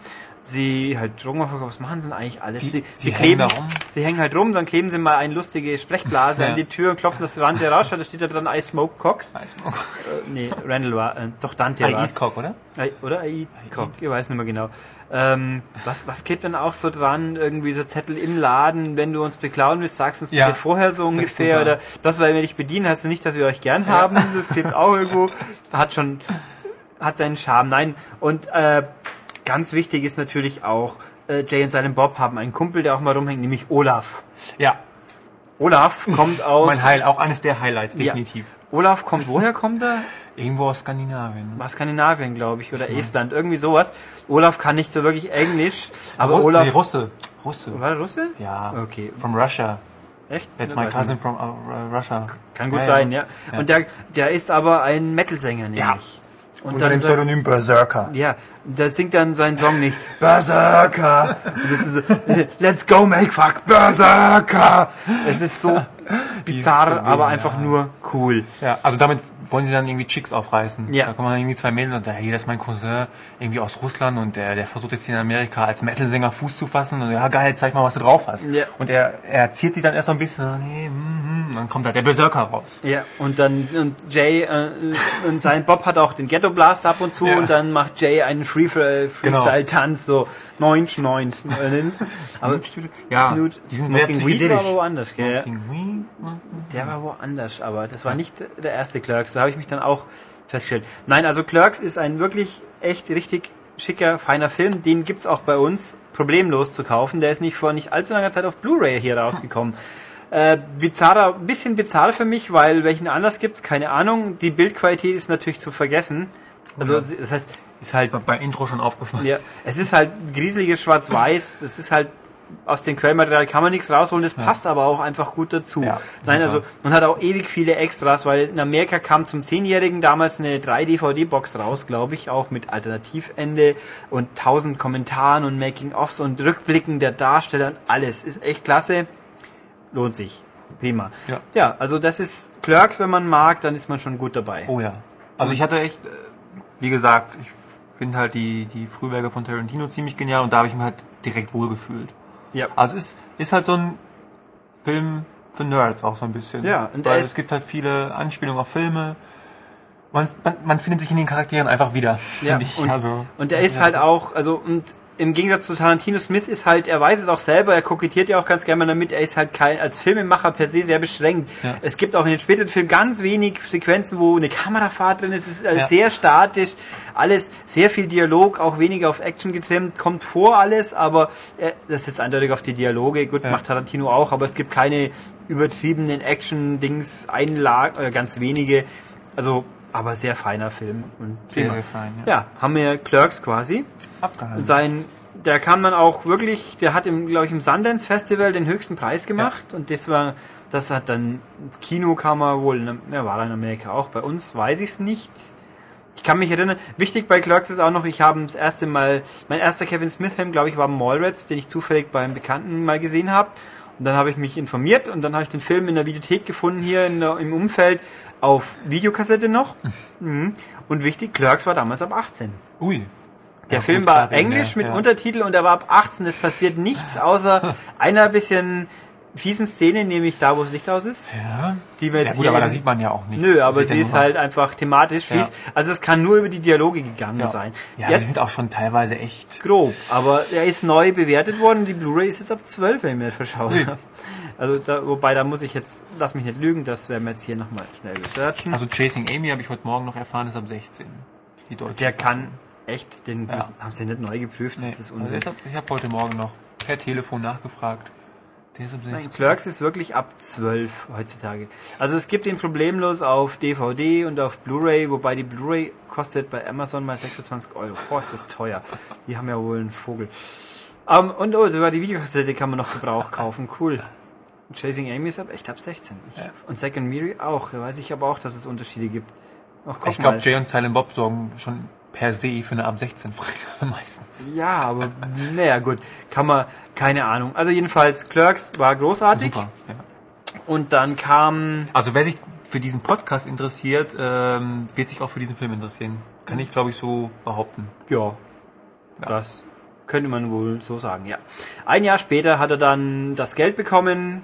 Speaker 2: Sie halt Drogenverkauf, was machen sie denn eigentlich alles?
Speaker 3: Die-
Speaker 2: sie
Speaker 3: die
Speaker 2: sie
Speaker 3: hängen
Speaker 2: kleben,
Speaker 3: da rum.
Speaker 2: sie hängen halt rum, dann kleben sie mal eine lustige Sprechblase
Speaker 3: Ja.
Speaker 2: an die Tür und klopfen das Rand der raus, da steht da dran I smoke Cox.
Speaker 3: Mainz.
Speaker 2: Äh, nee, Randall war, äh, doch Dante
Speaker 3: Der
Speaker 2: war
Speaker 3: oh Eastcock, oder?
Speaker 2: Ei- Oder Aid Cock, ich weiß nicht mehr genau. Ähm, was, was klebt denn auch so dran? Irgendwie so Zettel im Laden, wenn du uns beklauen willst, sagst uns
Speaker 3: Ja.
Speaker 2: bitte vorher so ungefähr.
Speaker 3: super.
Speaker 2: Oder das, weil wir dich bedienen, heißt du nicht, dass wir euch gern haben. Das klebt auch irgendwo. Hat schon, hat seinen Charme. Nein, und äh, ganz wichtig ist natürlich auch, äh, Jay und seinen Bob haben einen Kumpel, der auch mal rumhängt, nämlich Olaf.
Speaker 3: Ja,
Speaker 2: Olaf kommt aus...
Speaker 3: mein Heil, auch eines der Highlights,
Speaker 2: Ja.
Speaker 3: definitiv.
Speaker 2: Olaf kommt, woher kommt er?
Speaker 3: Irgendwo aus Skandinavien.
Speaker 2: war Skandinavien, glaube ich, oder Estland, irgendwie sowas. Olaf kann nicht so wirklich Englisch, aber
Speaker 3: Ru-
Speaker 2: Olaf.
Speaker 3: Nee, Russe. Russe.
Speaker 2: war der Russe?
Speaker 3: Ja.
Speaker 2: Okay.
Speaker 3: From Russia.
Speaker 2: Echt?
Speaker 3: That's
Speaker 2: Na,
Speaker 3: my
Speaker 2: weiß
Speaker 3: cousin
Speaker 2: nicht.
Speaker 3: from uh, Russia.
Speaker 2: Kann gut sein, ja. Und der, der ist aber ein Metal-Sänger, nämlich.
Speaker 3: Ja.
Speaker 2: Und
Speaker 3: Unter
Speaker 2: dann
Speaker 3: dem
Speaker 2: sagt-
Speaker 3: Pseudonym Berserker.
Speaker 2: Ja, da singt dann sein Song nicht Berserker. Und das ist so, Let's go make fuck Berserker. Es ist so bizarr,
Speaker 3: Dieses Ding,
Speaker 2: aber einfach
Speaker 3: ja.
Speaker 2: nur cool.
Speaker 3: Ja, also damit wollen sie dann irgendwie Chicks aufreißen.
Speaker 2: Ja.
Speaker 3: Da kommen dann irgendwie zwei Mädels und da, hey, das ist mein Cousin, irgendwie aus Russland und der, der versucht jetzt hier in Amerika als Metal-Sänger Fuß zu fassen und ja, geil, zeig mal, was du drauf hast.
Speaker 2: Ja.
Speaker 3: Und er, er ziert sich dann erst so ein bisschen, und dann, hey, mm, mm, dann kommt halt der Berserker raus.
Speaker 2: Ja, und dann, und Jay, äh, und sein Bob hat auch den Ghetto Blast ab und zu
Speaker 3: Ja.
Speaker 2: und dann macht Jay einen Free äh, Freestyle-Tanz, so neun, neun. Aber
Speaker 3: ja,
Speaker 2: Snoot,
Speaker 3: die sind sehr
Speaker 2: Smoking Weed war
Speaker 3: psychedelisch.
Speaker 2: aber woanders, gell?
Speaker 3: Smoking Weed, ne?
Speaker 2: Der war woanders, aber das war nicht der erste Clerks. Da habe ich mich dann auch festgestellt. Nein, also Clerks ist ein wirklich echt richtig schicker, feiner Film. Den gibt's auch bei uns problemlos zu kaufen. Der ist nicht vor nicht allzu langer Zeit auf Blu-ray hier rausgekommen. Äh, bizarrer, ein bisschen bizarr für mich, weil welchen Anlass gibt's? Keine Ahnung. Die Bildqualität ist natürlich zu vergessen. Also das heißt, ist halt
Speaker 3: Ist mir beim Intro schon aufgefallen.
Speaker 2: ja, es ist halt grieseliges Schwarz-Weiß. Es ist halt aus dem Quellmaterial kann man nichts rausholen. Das passt aber auch einfach gut dazu.
Speaker 3: Ja,
Speaker 2: Nein,
Speaker 3: super.
Speaker 2: also man hat auch ewig viele Extras, weil in Amerika kam zum Zehnjährigen damals eine 3-DVD-Box raus, glaube ich, auch mit Alternativende und tausend Kommentaren und Making-ofs und Rückblicken der Darsteller und alles. Ist echt klasse. Lohnt sich. Prima.
Speaker 3: Ja.
Speaker 2: ja, also das ist Clerks, wenn man mag, dann ist man schon gut dabei.
Speaker 3: Oh ja. Also ich hatte echt, äh, wie gesagt, ich finde halt die, die Frühwerke von Tarantino ziemlich genial und da habe ich mich halt direkt wohlgefühlt.
Speaker 2: Ja.
Speaker 3: Also es ist, ist halt so ein Film für Nerds auch so ein bisschen.
Speaker 2: Ja, und er
Speaker 3: Weil
Speaker 2: ist-
Speaker 3: es gibt halt viele Anspielungen auf Filme. Man, man, man findet sich in den Charakteren einfach wieder.
Speaker 2: Ja,
Speaker 3: finde ich.
Speaker 2: und,
Speaker 3: also,
Speaker 2: und er ist halt auch, also und im Gegensatz zu Tarantino Smith ist halt, er weiß es auch selber, er kokettiert ja auch ganz gerne mal damit, er ist halt kein, als Filmemacher per se sehr beschränkt.
Speaker 3: Ja.
Speaker 2: Es gibt auch in den späteren Filmen ganz wenig Sequenzen, wo eine Kamerafahrt drin ist, es ist alles
Speaker 3: Ja.
Speaker 2: sehr statisch, alles, sehr viel Dialog, auch weniger auf Action getrimmt, kommt vor alles, aber äh, das ist eindeutig auf die Dialoge, gut, macht Tarantino auch, aber es gibt keine übertriebenen Action-Dings, Einlagen, äh, ganz wenige, also, aber sehr feiner Film und
Speaker 3: Sehr
Speaker 2: prima.
Speaker 3: gefallen, ja.
Speaker 2: Ja, haben wir Clerks quasi.
Speaker 3: abgehalten.
Speaker 2: Sein, der kann man auch wirklich, der hat im, glaube ich, im Sundance Festival den höchsten Preis gemacht und das war, das hat dann, ins Kino kam er wohl, in- ja, war er in Amerika auch, bei uns weiß ich es nicht. Ich kann mich erinnern, wichtig bei Clerks ist auch noch, ich habe das erste Mal, mein erster Kevin Smith-Film, glaube ich, war Mallrats, den ich zufällig beim Bekannten mal gesehen habe. Und dann habe ich mich informiert und dann habe ich den Film in der Videothek gefunden, hier in der, im Umfeld, auf Videokassette noch. Mhm. Und wichtig, Clerks war damals ab 18.
Speaker 3: Ui.
Speaker 2: Der
Speaker 3: Ja,
Speaker 2: Film
Speaker 3: gut,
Speaker 2: war
Speaker 3: klar, wegen der-
Speaker 2: englisch mit
Speaker 3: ja.
Speaker 2: Untertitel und er war ab 18. Es passiert nichts außer einer bisschen fiesen Szene, nämlich da, wo das Licht aus ist.
Speaker 3: Ja.
Speaker 2: Die wir jetzt
Speaker 3: ja gut,
Speaker 2: hier
Speaker 3: aber da
Speaker 2: eben-
Speaker 3: sieht man ja auch nichts.
Speaker 2: Nö,
Speaker 3: Das
Speaker 2: aber
Speaker 3: ist ja
Speaker 2: sie
Speaker 3: nur
Speaker 2: ist
Speaker 3: mal-
Speaker 2: halt einfach thematisch fies. Also es kann nur über die Dialoge gegangen
Speaker 3: ja.
Speaker 2: sein.
Speaker 3: Ja, die
Speaker 2: Jetzt
Speaker 3: sind auch schon teilweise echt
Speaker 2: grob, aber er ist neu bewertet worden. Die Blu-ray ist jetzt ab 12, wenn ich mir das verschaut habe. Also da, wobei, da muss ich jetzt, lass mich nicht lügen, das werden wir jetzt hier nochmal schnell researchen.
Speaker 3: Also Chasing Amy habe ich heute Morgen noch erfahren, ist ab 16. Die deutsche
Speaker 2: Der kann
Speaker 3: Fassung.
Speaker 2: echt, den haben sie nicht neu geprüft, das
Speaker 3: Nee,
Speaker 2: ist
Speaker 3: also
Speaker 2: Unsinn.
Speaker 3: ist ab, ich habe heute Morgen noch per Telefon nachgefragt. Der ist ab 16.
Speaker 2: Nein, Clerks ist wirklich ab 12 heutzutage. Also es gibt ihn problemlos auf DVD und auf Blu-ray, wobei die Blu-ray kostet bei Amazon mal 26 Euro. Boah, ist das teuer. Die haben ja wohl einen Vogel. Ähm, und oh, sogar die Videokassette kann man noch Gebrauch kaufen. Cool. Chasing Amy ist ab echt ab 16. Ich, Und Second Miri auch. Da weiß ich aber auch, dass es Unterschiede gibt. Ach, guck
Speaker 3: ich glaube,
Speaker 2: mal.
Speaker 3: Jay und Silent Bob sorgen schon per se für eine ab 16 Frage meistens.
Speaker 2: Ja, aber naja, gut. Kann man, keine Ahnung. Also jedenfalls, Clerks war großartig.
Speaker 3: Super. Ja.
Speaker 2: Und dann kam
Speaker 3: Also wer sich für diesen Podcast interessiert, ähm, wird sich auch für diesen Film interessieren. Kann ich, glaube ich, so behaupten.
Speaker 2: Ja, das könnte man wohl so sagen, ja. Ein Jahr später hat er dann das Geld bekommen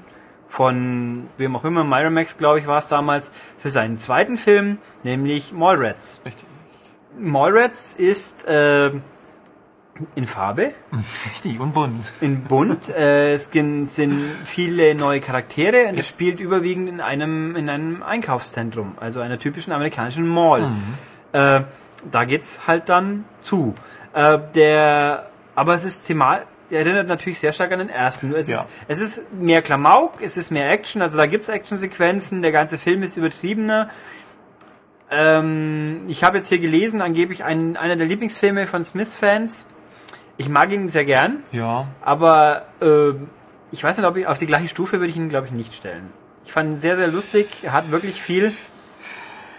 Speaker 2: von wem auch immer, Miramax, glaube ich, war es damals, für seinen zweiten Film, nämlich Mallrats.
Speaker 3: Richtig.
Speaker 2: Mallrats ist äh, in Farbe,
Speaker 3: Richtig und bunt.
Speaker 2: in bunt. äh, es gin- sind viele neue Charaktere und es spielt überwiegend in einem, in einem Einkaufszentrum, also einer typischen amerikanischen Mall. Äh, da geht's halt dann zu. Äh, der, aber es ist thematisch, erinnert natürlich sehr stark an den ersten. Es,
Speaker 3: Ja.
Speaker 2: ist, es ist mehr Klamauk, es ist mehr Action, also da gibt's Actionsequenzen, der ganze Film ist übertriebener. Ähm, ich habe jetzt hier gelesen, angeblich ein, einer der Lieblingsfilme von Smith-Fans. Ich mag ihn sehr gern.
Speaker 3: Ja.
Speaker 2: Aber ähm, ich weiß nicht, ob ich auf die gleiche Stufe würde ich ihn, glaube ich, nicht stellen. Ich fand ihn sehr, sehr lustig. Er hat wirklich viel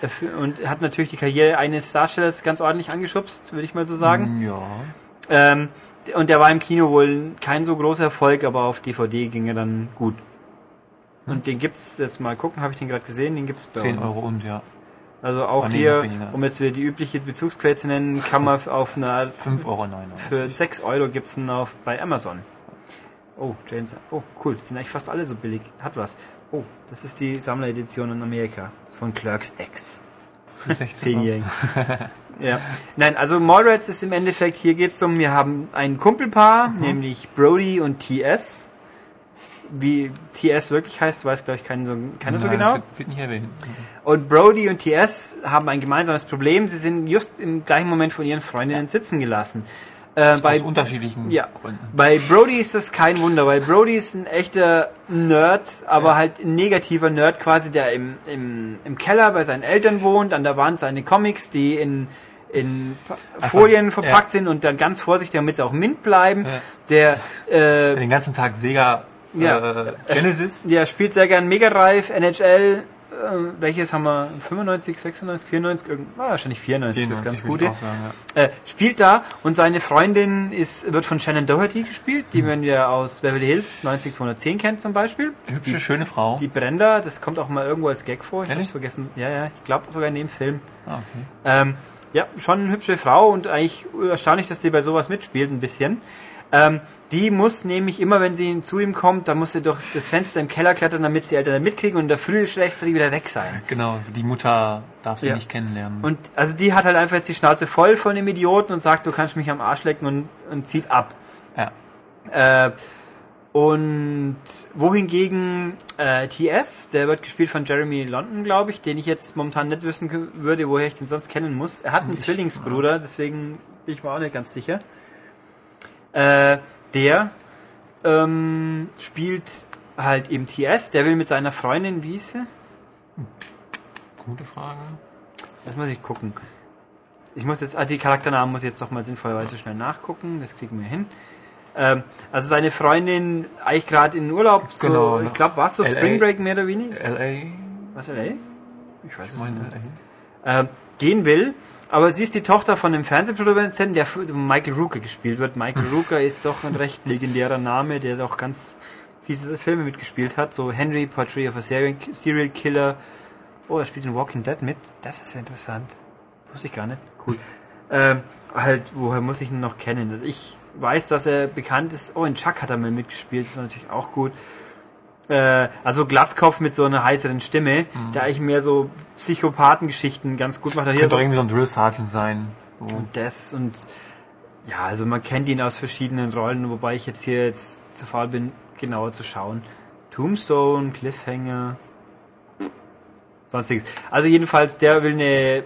Speaker 2: dafür- und hat natürlich die Karriere eines Darstellers ganz ordentlich angeschubst, würde ich mal so
Speaker 3: Mhm.
Speaker 2: sagen.
Speaker 3: Ja.
Speaker 2: Ähm, und der war im Kino wohl kein so großer Erfolg, aber auf DVD ging er dann gut. Und den gibt's jetzt mal gucken, habe ich den gerade gesehen, den gibt's bei
Speaker 3: 10
Speaker 2: uns.
Speaker 3: Euro und ja.
Speaker 2: Also auch
Speaker 3: Oh, nee, noch
Speaker 2: hier,
Speaker 3: weniger.
Speaker 2: um jetzt wieder die übliche Bezugsquelle zu nennen, kann man auf einer
Speaker 3: 5,99 Euro.
Speaker 2: für 6 Euro gibt's einen auf bei Amazon. Oh, James. Oh, cool. Sind eigentlich fast alle so billig. Hat was. Oh, das ist die Sammleredition in Amerika von Clerks X.
Speaker 3: Für 16 Euro.
Speaker 2: Zehnjährigen. ja. Nein, also Mallrats ist im Endeffekt, hier geht's um, wir haben ein Kumpelpaar,
Speaker 3: Mhm.
Speaker 2: nämlich Brody und TS. Wie TS wirklich heißt, weiß, glaube ich, kein so, keiner so
Speaker 3: Nein,
Speaker 2: genau.
Speaker 3: das wird- wird nicht erwähnt.
Speaker 2: Und Brody und TS haben ein gemeinsames Problem. Sie sind just im gleichen Moment von ihren Freundinnen sitzen gelassen. Äh, bei,
Speaker 3: Aus unterschiedlichen
Speaker 2: ja,
Speaker 3: Gründen.
Speaker 2: bei Brody ist das kein Wunder, weil Brody ist ein echter Nerd, aber halt ein negativer Nerd quasi, der im, im, im Keller bei seinen Eltern wohnt, an der Wand seine Comics, die in, in Pa- Folien verpackt sind und dann ganz vorsichtig, damit sie auch mint bleiben. Der äh,
Speaker 3: Den ganzen Tag Sega
Speaker 2: Ja.
Speaker 3: äh, Genesis.
Speaker 2: ja, spielt sehr gern Mega Drive, NHL. Äh, welches haben wir? 95, 96, 94? Irgend, ah, wahrscheinlich 94, das ist ganz
Speaker 3: würde
Speaker 2: gut.
Speaker 3: ich auch sagen, ja.
Speaker 2: Äh, spielt da und seine Freundin ist, wird von Shannon Doherty gespielt, die man ja aus Beverly Hills 90210 kennt zum Beispiel.
Speaker 3: Hübsche, schöne Frau.
Speaker 2: Die Brenda, das kommt auch mal irgendwo als Gag vor. Ich
Speaker 3: Ehrlich?
Speaker 2: hab's vergessen. Ja, ja, ich glaube sogar in dem Film.
Speaker 3: ah, okay.
Speaker 2: Ähm, ja, schon eine hübsche Frau und eigentlich erstaunlich, dass sie bei sowas mitspielt ein bisschen. Ähm, die muss nämlich immer, wenn sie zu ihm kommt, dann muss sie durch das Fenster im Keller klettern, damit sie die Eltern dann mitkriegen und in der Früh rechtzeitig wieder weg sein.
Speaker 3: Genau, die Mutter darf sie
Speaker 2: Ja.
Speaker 3: nicht kennenlernen.
Speaker 2: Und also die hat halt einfach jetzt die Schnauze voll von dem Idioten und sagt, du kannst mich am Arsch lecken und, und zieht ab.
Speaker 3: ja.
Speaker 2: Äh, und wohingegen äh, TS, der wird gespielt von Jeremy London, glaube ich, den ich jetzt momentan nicht wissen k- würde, woher ich den sonst kennen muss. Er hat einen Zwillingsbruder, deswegen bin ich mir auch nicht ganz sicher. Äh, der ähm, spielt halt eben TS, der will mit seiner Freundin, wie hieß sie?
Speaker 3: Gute Frage.
Speaker 2: Das muss ich gucken. Ich muss jetzt, ah, die Charakternamen muss ich jetzt doch mal sinnvollerweise schnell nachgucken. Das kriegen wir hin. Ähm, also seine Freundin eigentlich gerade in Urlaub. So,
Speaker 3: Genau,
Speaker 2: Ich glaube, war so
Speaker 3: LA.
Speaker 2: Spring Break mehr oder weniger?
Speaker 3: L.A.
Speaker 2: Was LA? Ich weiß es
Speaker 3: Ich
Speaker 2: nicht.
Speaker 3: meine, L.A.
Speaker 2: Ähm, gehen will. Aber sie ist die Tochter von einem Fernsehproduzenten, der von Michael Rooker gespielt wird. Michael Rooker ist doch ein recht legendärer Name, der doch ganz fiese Filme mitgespielt hat. So Henry, Portrait of a Serial Serial Killer. Oh, er spielt in Walking Dead mit. Das ist ja interessant. Wusste ich gar nicht. Cool. Ähm, halt, woher muss ich ihn noch kennen? Also ich weiß, dass er bekannt ist. Oh, in Chuck hat er mal mitgespielt. Das ist natürlich auch gut. Äh, also Glatzkopf mit so einer heiseren Stimme, der eigentlich mehr so Psychopathengeschichten ganz gut macht. Hier
Speaker 3: Könnte
Speaker 2: so
Speaker 3: auch irgendwie so ein Drill Sergeant sein. So.
Speaker 2: und das und ja, also man kennt ihn aus verschiedenen Rollen, wobei ich jetzt hier jetzt zu faul bin, genauer zu schauen. Tombstone, Cliffhanger, sonstiges. Also jedenfalls, der will eine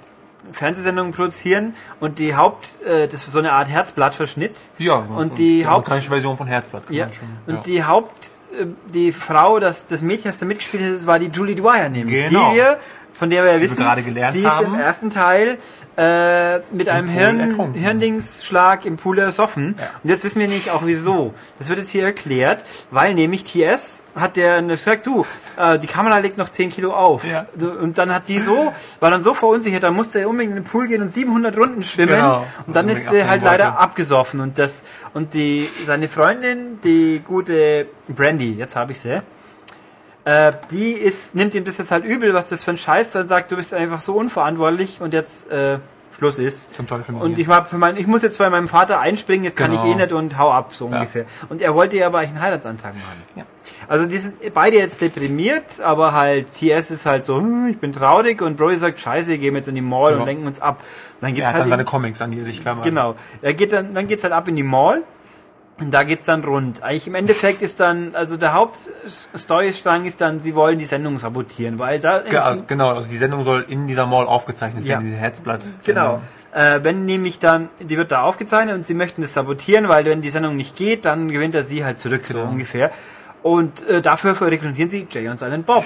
Speaker 2: Fernsehsendung produzieren und die Haupt, äh, das ist so eine Art Herzblattverschnitt.
Speaker 3: Ja,
Speaker 2: Und die Haupt-
Speaker 3: amerikanische Version von Herzblatt. kann
Speaker 2: Ja.
Speaker 3: man schon-
Speaker 2: Und
Speaker 3: ja.
Speaker 2: die Haupt, äh, die Frau, das, das Mädchen, das da mitgespielt hat, war die Julie Dwyer nämlich.
Speaker 3: Genau.
Speaker 2: Die wir, von der wir ja wissen,
Speaker 3: gerade gelernt
Speaker 2: die ist im
Speaker 3: haben.
Speaker 2: ersten Teil äh, mit einem
Speaker 3: Pool
Speaker 2: Hirn,
Speaker 3: ertrunken.
Speaker 2: Hirndingsschlag im Pool ersoffen. Und jetzt wissen wir nicht auch wieso. Das wird jetzt hier erklärt, weil nämlich TS hat der gesagt, du, äh, die Kamera legt noch 10 Kilo auf.
Speaker 3: Ja.
Speaker 2: Du- Und dann hat die so, war dann so verunsichert, dann musste er unbedingt in den Pool gehen und 700 Runden schwimmen.
Speaker 3: Genau.
Speaker 2: Und dann ist
Speaker 3: Unbedingt
Speaker 2: er halt
Speaker 3: abnehmen
Speaker 2: leider
Speaker 3: wollte.
Speaker 2: abgesoffen und das und die seine Freundin, die gute Brandy, jetzt habe ich sie. Äh, die ist nimmt ihm das jetzt halt übel, was das für ein Scheiß dann sagt, du bist einfach so unverantwortlich und jetzt äh, Schluss ist.
Speaker 3: Zum Teufel mit
Speaker 2: Und
Speaker 3: dir.
Speaker 2: ich war für mein, ich muss jetzt bei meinem Vater einspringen, jetzt kann
Speaker 3: Genau.
Speaker 2: ich eh nicht und hau ab so ungefähr. Und er wollte ja aber eigentlich einen Heiratsantrag machen.
Speaker 3: Ja.
Speaker 2: Also die sind beide jetzt deprimiert, aber halt TS ist halt so, hm, ich bin traurig und Brody sagt, scheiße, gehen wir jetzt in die Mall
Speaker 3: Ja.
Speaker 2: und lenken uns ab. Dann
Speaker 3: Er
Speaker 2: gibt's
Speaker 3: hat dann
Speaker 2: halt
Speaker 3: seine Comics, an die er sich klammert.
Speaker 2: Genau. Er geht dann, dann geht's halt ab in die Mall. Und da geht's dann rund. Eigentlich im Endeffekt ist dann, also der Hauptstorystrang ist dann, sie wollen die Sendung sabotieren, weil da,
Speaker 3: Ge- also, genau, also die Sendung soll in dieser Mall aufgezeichnet
Speaker 2: Ja.
Speaker 3: werden, diese Herzblatt.
Speaker 2: genau.
Speaker 3: Mhm.
Speaker 2: Äh, wenn nämlich dann, die wird da aufgezeichnet und sie möchten das sabotieren, weil wenn die Sendung nicht geht, dann gewinnt er sie halt zurück, so
Speaker 3: Genau.
Speaker 2: ungefähr. Und äh, dafür rekrutieren sie Jay und Silent Bob.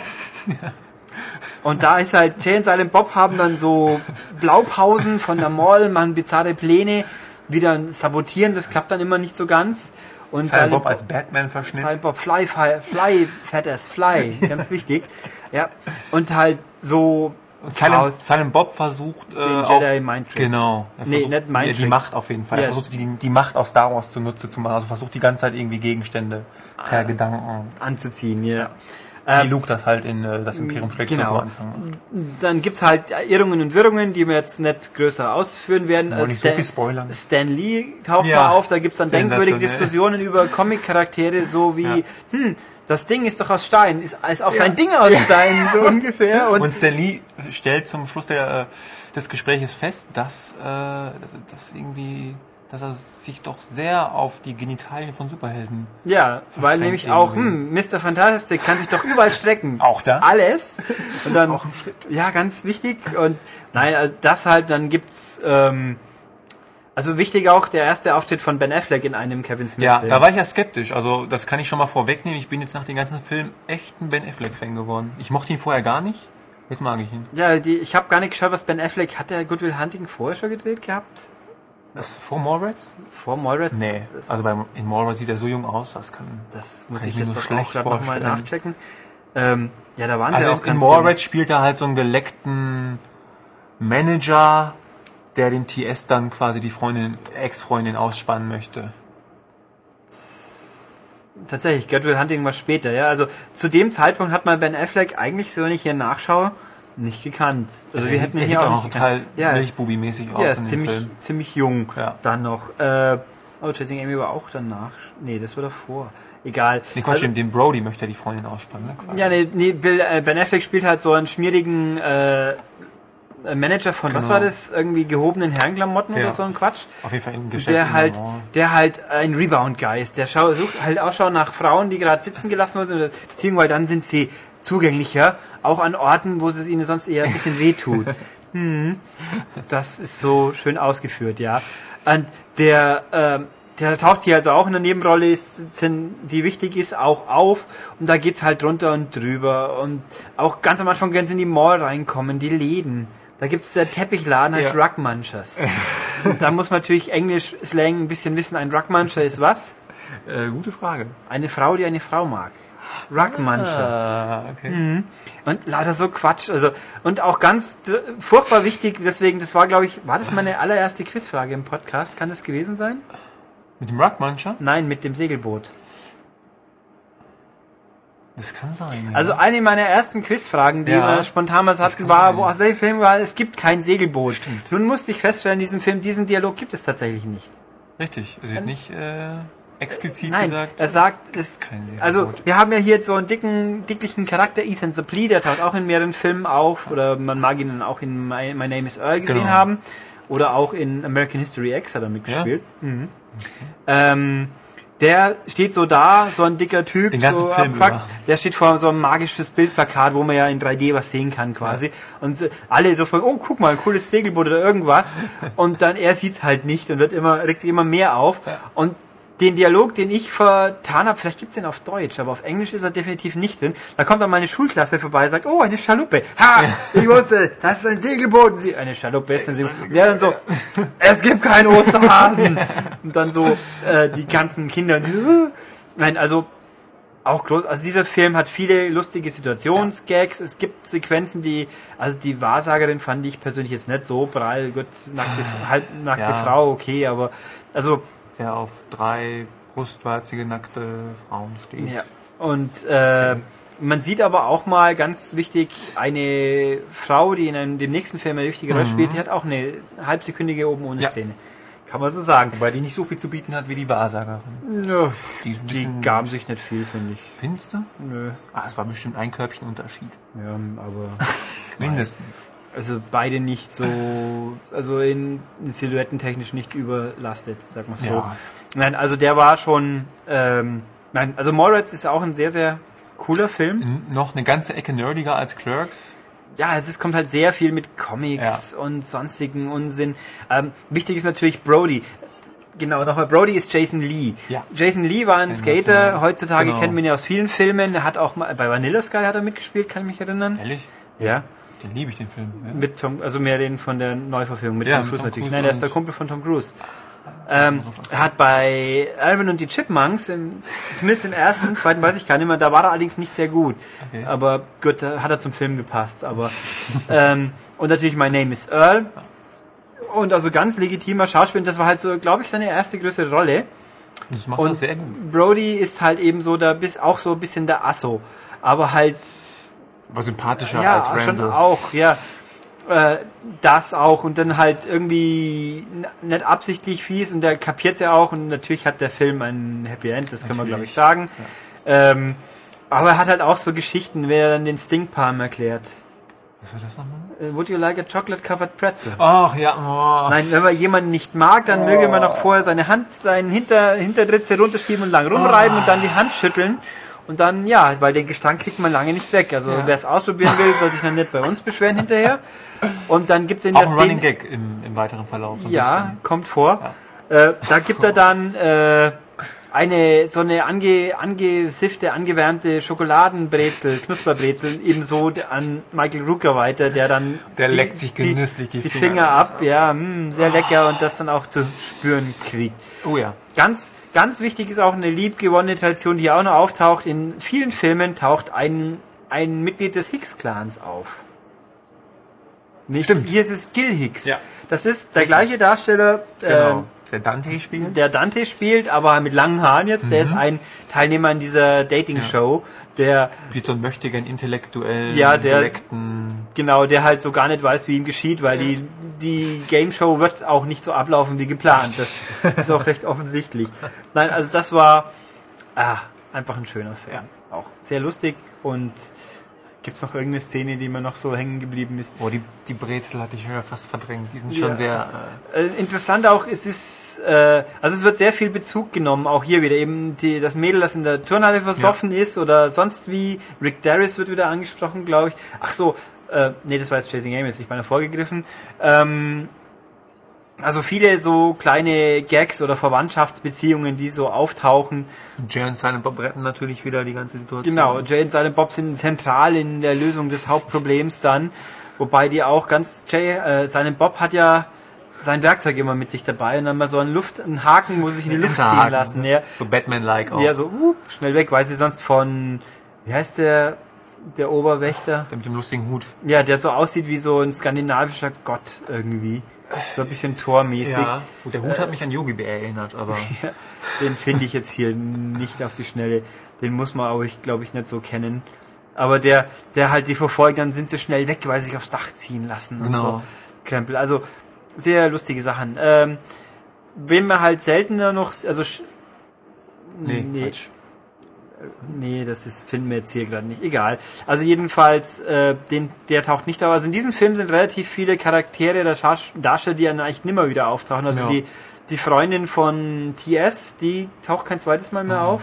Speaker 2: Und da ist halt, Jay und Silent Bob haben dann so Blaupausen von der Mall, machen bizarre Pläne, wieder sabotieren, das klappt dann immer nicht so ganz. Und
Speaker 3: Silent Bob als Batman-Verschnitt.
Speaker 2: Silent Bob Fly, Fly, Fly, Fat as Fly, ganz wichtig. Ja. Und halt so
Speaker 3: Und Silent,
Speaker 2: Chaos.
Speaker 3: Silent Bob versucht äh,
Speaker 2: Jedi
Speaker 3: auch,
Speaker 2: Mind Trick.
Speaker 3: Genau. Er
Speaker 2: Nee,
Speaker 3: versucht,
Speaker 2: nicht Mind
Speaker 3: ja, Die
Speaker 2: Trick.
Speaker 3: Macht auf jeden Fall. Er
Speaker 2: Ja.
Speaker 3: versucht die, die Macht aus Star Wars
Speaker 2: Ah.
Speaker 3: zunutze zu machen. Also versucht die ganze Zeit irgendwie Gegenstände per Gedanken.
Speaker 2: anzuziehen, ja.
Speaker 3: Wie Luke das halt in äh, das Imperium schlägt
Speaker 2: Ähm, genau.
Speaker 3: zurück am Anfang.
Speaker 2: Dann gibt's halt Irrungen und Wirrungen, die wir jetzt nicht größer ausführen werden.
Speaker 3: Wollen nicht so
Speaker 2: Stan-
Speaker 3: viel spoilern.
Speaker 2: Stan Lee taucht
Speaker 3: Ja.
Speaker 2: mal auf, da gibt's dann denkwürdige
Speaker 3: Sensationell.
Speaker 2: Diskussionen über Comic-Charaktere, so wie,
Speaker 3: Ja.
Speaker 2: hm, das Ding ist doch aus Stein, ist, ist auch sein Ding aus Stein, so ungefähr. Und,
Speaker 3: Und Stan Lee stellt zum Schluss der, äh, des Gespräches fest, dass, äh, dass, dass irgendwie, dass er sich doch sehr auf die Genitalien von Superhelden.
Speaker 2: ja, weil nämlich auch, hm, Mr. Fantastic kann sich doch überall strecken.
Speaker 3: Auch da?
Speaker 2: Alles. Und dann, auch im Schritt. Ja, ganz wichtig. Und nein, also das halt, dann gibt's, ähm, also wichtig auch der erste Auftritt von Ben Affleck in einem Kevin Smith
Speaker 3: Ja,
Speaker 2: Film.
Speaker 3: da war ich ja skeptisch. Also das kann ich schon mal vorwegnehmen. Ich bin jetzt nach dem ganzen Film echt ein Ben Affleck-Fan geworden. Ich mochte ihn vorher gar nicht. Jetzt mag ich ihn.
Speaker 2: Ja, die, ich habe gar nicht geschaut, was Ben Affleck hat. Der Goodwill Hunting vorher schon gedreht gehabt?
Speaker 3: Das ist vor Mallrats?
Speaker 2: Vor Mallrats?
Speaker 3: Nee.
Speaker 2: Das,
Speaker 3: Also bei, in Mallrats sieht er so jung aus, das kann...
Speaker 2: das muss
Speaker 3: kann
Speaker 2: ich
Speaker 3: ich mir
Speaker 2: jetzt
Speaker 3: nur
Speaker 2: doch auch
Speaker 3: schlecht
Speaker 2: gerade nochmal
Speaker 3: vorstellen.
Speaker 2: nachchecken. Ähm, ja, da waren sie
Speaker 3: Also
Speaker 2: auch
Speaker 3: in
Speaker 2: ganz
Speaker 3: Mallrats spielt er halt so einen geleckten Manager, der dem TS dann quasi die Freundin, Ex-Freundin ausspannen
Speaker 2: Also
Speaker 3: möchte.
Speaker 2: jung. Tatsächlich, Goodwill Hunting war später, ja. Also zu dem Zeitpunkt hat man Ben Affleck eigentlich, so wenn ich hier nachschaue, nicht gekannt. Also
Speaker 3: er
Speaker 2: wir
Speaker 3: sieht-
Speaker 2: hätten
Speaker 3: er
Speaker 2: ihn
Speaker 3: sieht
Speaker 2: ja
Speaker 3: auch
Speaker 2: auch
Speaker 3: noch
Speaker 2: nicht
Speaker 3: total
Speaker 2: gekannt. Ja, er ist-
Speaker 3: Milchbubi-mäßig aus
Speaker 2: ja, er
Speaker 3: in
Speaker 2: ist
Speaker 3: dem
Speaker 2: ziemlich,
Speaker 3: Film.
Speaker 2: ziemlich jung.
Speaker 3: Ja.
Speaker 2: Dann noch, äh, oh, Chasing Amy war auch danach. Nee, das war davor. Egal.
Speaker 3: Nee, Quatsch, dem- dem Brody möchte er die Freundin ausspannen. Ne? Quatsch.
Speaker 2: Also Ja, nee, nee Bill, äh, Ben Affleck spielt halt so einen schmierigen äh, äh, Manager von, was
Speaker 3: Genau.
Speaker 2: war das? Irgendwie gehobenen Herrenklamotten
Speaker 3: Ja.
Speaker 2: oder so ein Quatsch.
Speaker 3: Auf jeden Fall im Geschäft.
Speaker 2: Der
Speaker 3: im
Speaker 2: halt,
Speaker 3: Mall.
Speaker 2: der halt ein Rebound-Guy ist. Der schau, sucht halt Ausschau nach Frauen, die gerade sitzen gelassen wurden, oder- beziehungsweise dann sind sie zugänglicher, auch an Orten, wo es ihnen sonst eher ein bisschen wehtut. Das ist so schön ausgeführt, ja. Und der, ähm, der taucht hier also auch in der Nebenrolle, ist, sind- die wichtig ist, auch auf. Und da geht's halt drunter und drüber. Und auch ganz am Anfang, wenn sie in die Mall reinkommen, die Läden. Da gibt's der Teppichladen heißt
Speaker 3: Ja.
Speaker 2: Rugmunchers. Und da muss man natürlich Englisch Slang ein bisschen wissen. Ein Rugmuncher ist was?
Speaker 3: Äh, gute Frage.
Speaker 2: Eine Frau, die eine Frau mag. Rugmuncher.
Speaker 3: Ah, okay.
Speaker 2: Hm. Und lauter so Quatsch. Also, und auch ganz dr- furchtbar wichtig, deswegen, das war, glaube ich, war das meine allererste Quizfrage im Podcast? Kann das gewesen sein?
Speaker 3: Mit dem Rugmuncher?
Speaker 2: Nein, mit dem Segelboot.
Speaker 3: Das kann sein. ja.
Speaker 2: Also eine meiner ersten Quizfragen, die
Speaker 3: Ja.
Speaker 2: wir spontan mal hatten,
Speaker 3: kann
Speaker 2: war,
Speaker 3: sein.
Speaker 2: wo, aus welchem Film war, es gibt kein Segelboot. Nun musste ich feststellen, in diesem Film, diesen Dialog gibt es tatsächlich nicht.
Speaker 3: Richtig, es wird nicht äh, explizit
Speaker 2: Nein,
Speaker 3: gesagt.
Speaker 2: er sagt, es,
Speaker 3: kein Segelboot.
Speaker 2: also wir haben ja hier jetzt so einen dicken, dicklichen Charakter, Ethan Suplee, der taucht auch in mehreren Filmen auf, oder man mag ihn dann auch in My, My Name is Earl gesehen
Speaker 3: Genau.
Speaker 2: haben, oder auch in American History X hat er mitgespielt. Mhm. Ähm, der steht so da, so ein dicker Typ,
Speaker 3: Den ganzen
Speaker 2: so
Speaker 3: Film
Speaker 2: abgefuckt.
Speaker 3: über.
Speaker 2: Der steht vor so einem magisches Bildplakat, wo man ja in 3D was sehen kann quasi. Und so- alle so fragen, oh, guck mal, ein cooles Segelboot oder irgendwas. Und dann er sieht's halt nicht und wird immer, regt sich immer mehr auf. Und den Dialog, den ich vertan habe, vielleicht gibt's den auf Deutsch, aber auf Englisch ist er definitiv nicht drin. Da kommt dann meine Schulklasse vorbei und sagt, oh, eine Schaluppe. Ha, ich wusste, das ist ein Segelboot. Und sie, eine Schaluppe ist ein Segelboot. Und der dann so, es gibt keinen Osterhasen. Und dann so äh, die ganzen Kinder. Und die, so, "Äh." Nein, also auch groß. Also dieser Film hat viele lustige Situationsgags. Es gibt Sequenzen, die, also die Wahrsagerin fand ich persönlich jetzt nicht so prall. Gut, nackte, halb nackte
Speaker 3: Ah, Ja.
Speaker 2: Frau, okay, aber also
Speaker 3: der auf drei brustwarzige, nackte Frauen steht.
Speaker 2: ja. Und äh, man sieht aber auch mal ganz wichtig eine Frau, die in einem, dem nächsten Film eine wichtige Rolle spielt. Die hat auch eine halbsekündige oben ohne
Speaker 3: Mhm. Ja.
Speaker 2: Szene. Kann man so sagen.
Speaker 3: Weil die nicht so viel zu bieten hat wie die Wahrsagerin. Die ist ein
Speaker 2: Die
Speaker 3: bisschen
Speaker 2: gaben sich nicht viel, finde ich.
Speaker 3: finster.
Speaker 2: Nö.
Speaker 3: Ah, es war bestimmt ein Körbchen Unterschied.
Speaker 2: Ja, aber.
Speaker 3: Mindestens.
Speaker 2: Also beide nicht so, also in silhouettentechnisch nicht überlastet, sag mal so.
Speaker 3: Ja.
Speaker 2: Nein, also der war schon, ähm, nein, also Moritz ist auch ein sehr, sehr cooler Film.
Speaker 3: N noch eine ganze Ecke nerdiger als Clerks.
Speaker 2: Ja, es ist, kommt halt sehr viel mit Comics und sonstigen Unsinn. Ähm, wichtig ist natürlich Brody. Genau, nochmal, Brody ist Jason Lee.
Speaker 3: Ja.
Speaker 2: Jason Lee war ein Skater,
Speaker 3: Sensationell.
Speaker 2: heutzutage
Speaker 3: Genau.
Speaker 2: kennt man ihn aus vielen Filmen, er hat auch mal, bei Vanilla Sky hat er mitgespielt, kann ich mich erinnern.
Speaker 3: Ehrlich?
Speaker 2: Ja.
Speaker 3: Den liebe ich, den Film. Ja.
Speaker 2: Mit Tom, also mehr den von der Neuverfilmung mit
Speaker 3: Ja,
Speaker 2: Tom
Speaker 3: mit
Speaker 2: Cruise
Speaker 3: Tom
Speaker 2: natürlich.
Speaker 3: Cruise
Speaker 2: Nein, der ist
Speaker 3: und-
Speaker 2: der Kumpel von Tom Cruise. Ähm, er hat bei Alvin und die Chipmunks, im, zumindest im ersten, zweiten weiß ich gar nicht mehr, da war er allerdings nicht sehr gut.
Speaker 3: Okay.
Speaker 2: Aber gut, da hat er zum Film gepasst. Aber ähm, Und natürlich My Name is Earl. Und also ganz legitimer Schauspieler. Das war halt so, glaube ich, seine erste größere Rolle.
Speaker 3: Das macht
Speaker 2: Und
Speaker 3: das Oh, sehr gut.
Speaker 2: Brody ist halt eben so da bis auch so ein bisschen der Asso. aber halt
Speaker 3: War sympathischer
Speaker 2: ja,
Speaker 3: als
Speaker 2: schon
Speaker 3: Randall.
Speaker 2: auch, ja. Äh, Das auch und dann halt irgendwie n- nicht absichtlich fies und der kapiert's ja auch und natürlich hat der Film ein Happy End, das kann man glaube ich
Speaker 3: Natürlich.
Speaker 2: sagen. Ähm, aber er hat halt auch so Geschichten, wer dann den Stinkpalm erklärt.
Speaker 3: Was war das nochmal?
Speaker 2: Äh, Would you like a chocolate covered pretzel?
Speaker 3: Ach Oh. ja, oh.
Speaker 2: Nein, wenn man jemanden nicht mag, dann möge man auch vorher seine Hand, seinen Hinter, Hinterdritze runterschieben und lang rumreiben und dann die Hand schütteln. Und dann, ja, weil den Gestank kriegt man lange nicht weg. Also wer es ausprobieren will, soll sich dann nicht bei uns beschweren hinterher. Und dann gibt's in
Speaker 3: auch
Speaker 2: der
Speaker 3: ein Running
Speaker 2: Szene,
Speaker 3: Gag im, im weiteren Verlauf. so ein
Speaker 2: ja,
Speaker 3: bisschen.
Speaker 2: kommt vor, äh, da gibt er dann äh, eine so eine ange, angesiffte, angewärmte Schokoladenbrezel, Knusperbrezel, ebenso an Michael Rooker weiter, der dann
Speaker 3: Der leckt sich genüsslich die
Speaker 2: die
Speaker 3: Finger
Speaker 2: Finger ab, ja, mm, sehr lecker und das dann auch zu spüren kriegt.
Speaker 3: Oh ja.
Speaker 2: Ganz, ganz wichtig ist auch eine liebgewonnene Tradition, die auch noch auftaucht. In vielen Filmen taucht ein, ein Mitglied des Hicks-Clans auf. Nicht,
Speaker 3: Stimmt.
Speaker 2: Hier ist es Gil Hicks.
Speaker 3: Ja.
Speaker 2: Das ist der gleiche Darsteller,
Speaker 3: Genau.
Speaker 2: äh,
Speaker 3: Der Dante spielt.
Speaker 2: der Dante spielt, aber mit langen Haaren jetzt. Der
Speaker 3: Mhm.
Speaker 2: ist ein Teilnehmer in dieser Dating-Show, der
Speaker 3: spielt so einen möchtigen intellektuellen,
Speaker 2: Ja, der-
Speaker 3: direkten.
Speaker 2: Genau, der halt so gar nicht weiß, wie ihm geschieht, weil die, die Game Show wird auch nicht so ablaufen wie geplant. Das ist auch recht offensichtlich. Nein, also das war ah, einfach ein schöner Film. Auch sehr lustig und gibt's noch irgendeine Szene, die mir noch so hängen geblieben ist?
Speaker 3: Boah, Oh, die, die Brezel hatte ich schon wieder fast verdrängt. Die sind
Speaker 2: Ja.
Speaker 3: schon sehr.
Speaker 2: Äh, interessant auch, es ist, äh, also es wird sehr viel Bezug genommen, auch hier wieder eben die, das Mädel, das in der Turnhalle versoffen ist oder sonst wie. Rick Darris wird wieder angesprochen, glaube ich. Ach so, äh, nee, das war jetzt Chasing Amos, ich meine vorgegriffen. Ähm, also viele so kleine Gags oder Verwandtschaftsbeziehungen, die so auftauchen.
Speaker 3: Äh, Jay und Silent Bob retten natürlich wieder die ganze Situation.
Speaker 2: Genau, Jay und Silent Bob sind zentral in der Lösung des Hauptproblems dann. Wobei die auch ganz, Jay, äh, Silent Bob hat ja sein Werkzeug immer mit sich dabei und dann mal so einen Luft, einen Haken muss sich in die Luft ziehen
Speaker 3: Hinterhaken,
Speaker 2: lassen.
Speaker 3: ne?
Speaker 2: Ja,
Speaker 3: So Batman-like auch.
Speaker 2: ja so, uh, schnell weg, weil sie sonst von, wie heißt der, der Oberwächter?
Speaker 3: Der mit dem lustigen Hut.
Speaker 2: Ja, der so aussieht wie so ein skandinavischer Gott irgendwie. So ein bisschen tormäßig.
Speaker 3: Gut, der Hut hat mich an Yogi Bär erinnert, aber.
Speaker 2: Den finde ich jetzt hier nicht auf die Schnelle. Den muss man aber, ich glaube ich, nicht so kennen. Aber der, der halt die verfolgt, dann sind sie schnell weg, weil sie sich aufs Dach ziehen lassen und
Speaker 3: Genau.
Speaker 2: so. Krempel. Also sehr lustige Sachen. Ähm, wem man halt seltener noch, also sch-
Speaker 3: Nee,
Speaker 2: Nee. Äh,
Speaker 3: falsch.
Speaker 2: Nee, das ist, finden wir jetzt hier gerade nicht. Egal. Also jedenfalls, äh, den, der taucht nicht auf. Also in diesem Film sind relativ viele Charaktere der Schar- Darsteller, die dann eigentlich nimmer wieder auftauchen. Also
Speaker 3: Ja.
Speaker 2: die, die Freundin von TS, die taucht kein zweites Mal
Speaker 3: Mhm.
Speaker 2: mehr auf.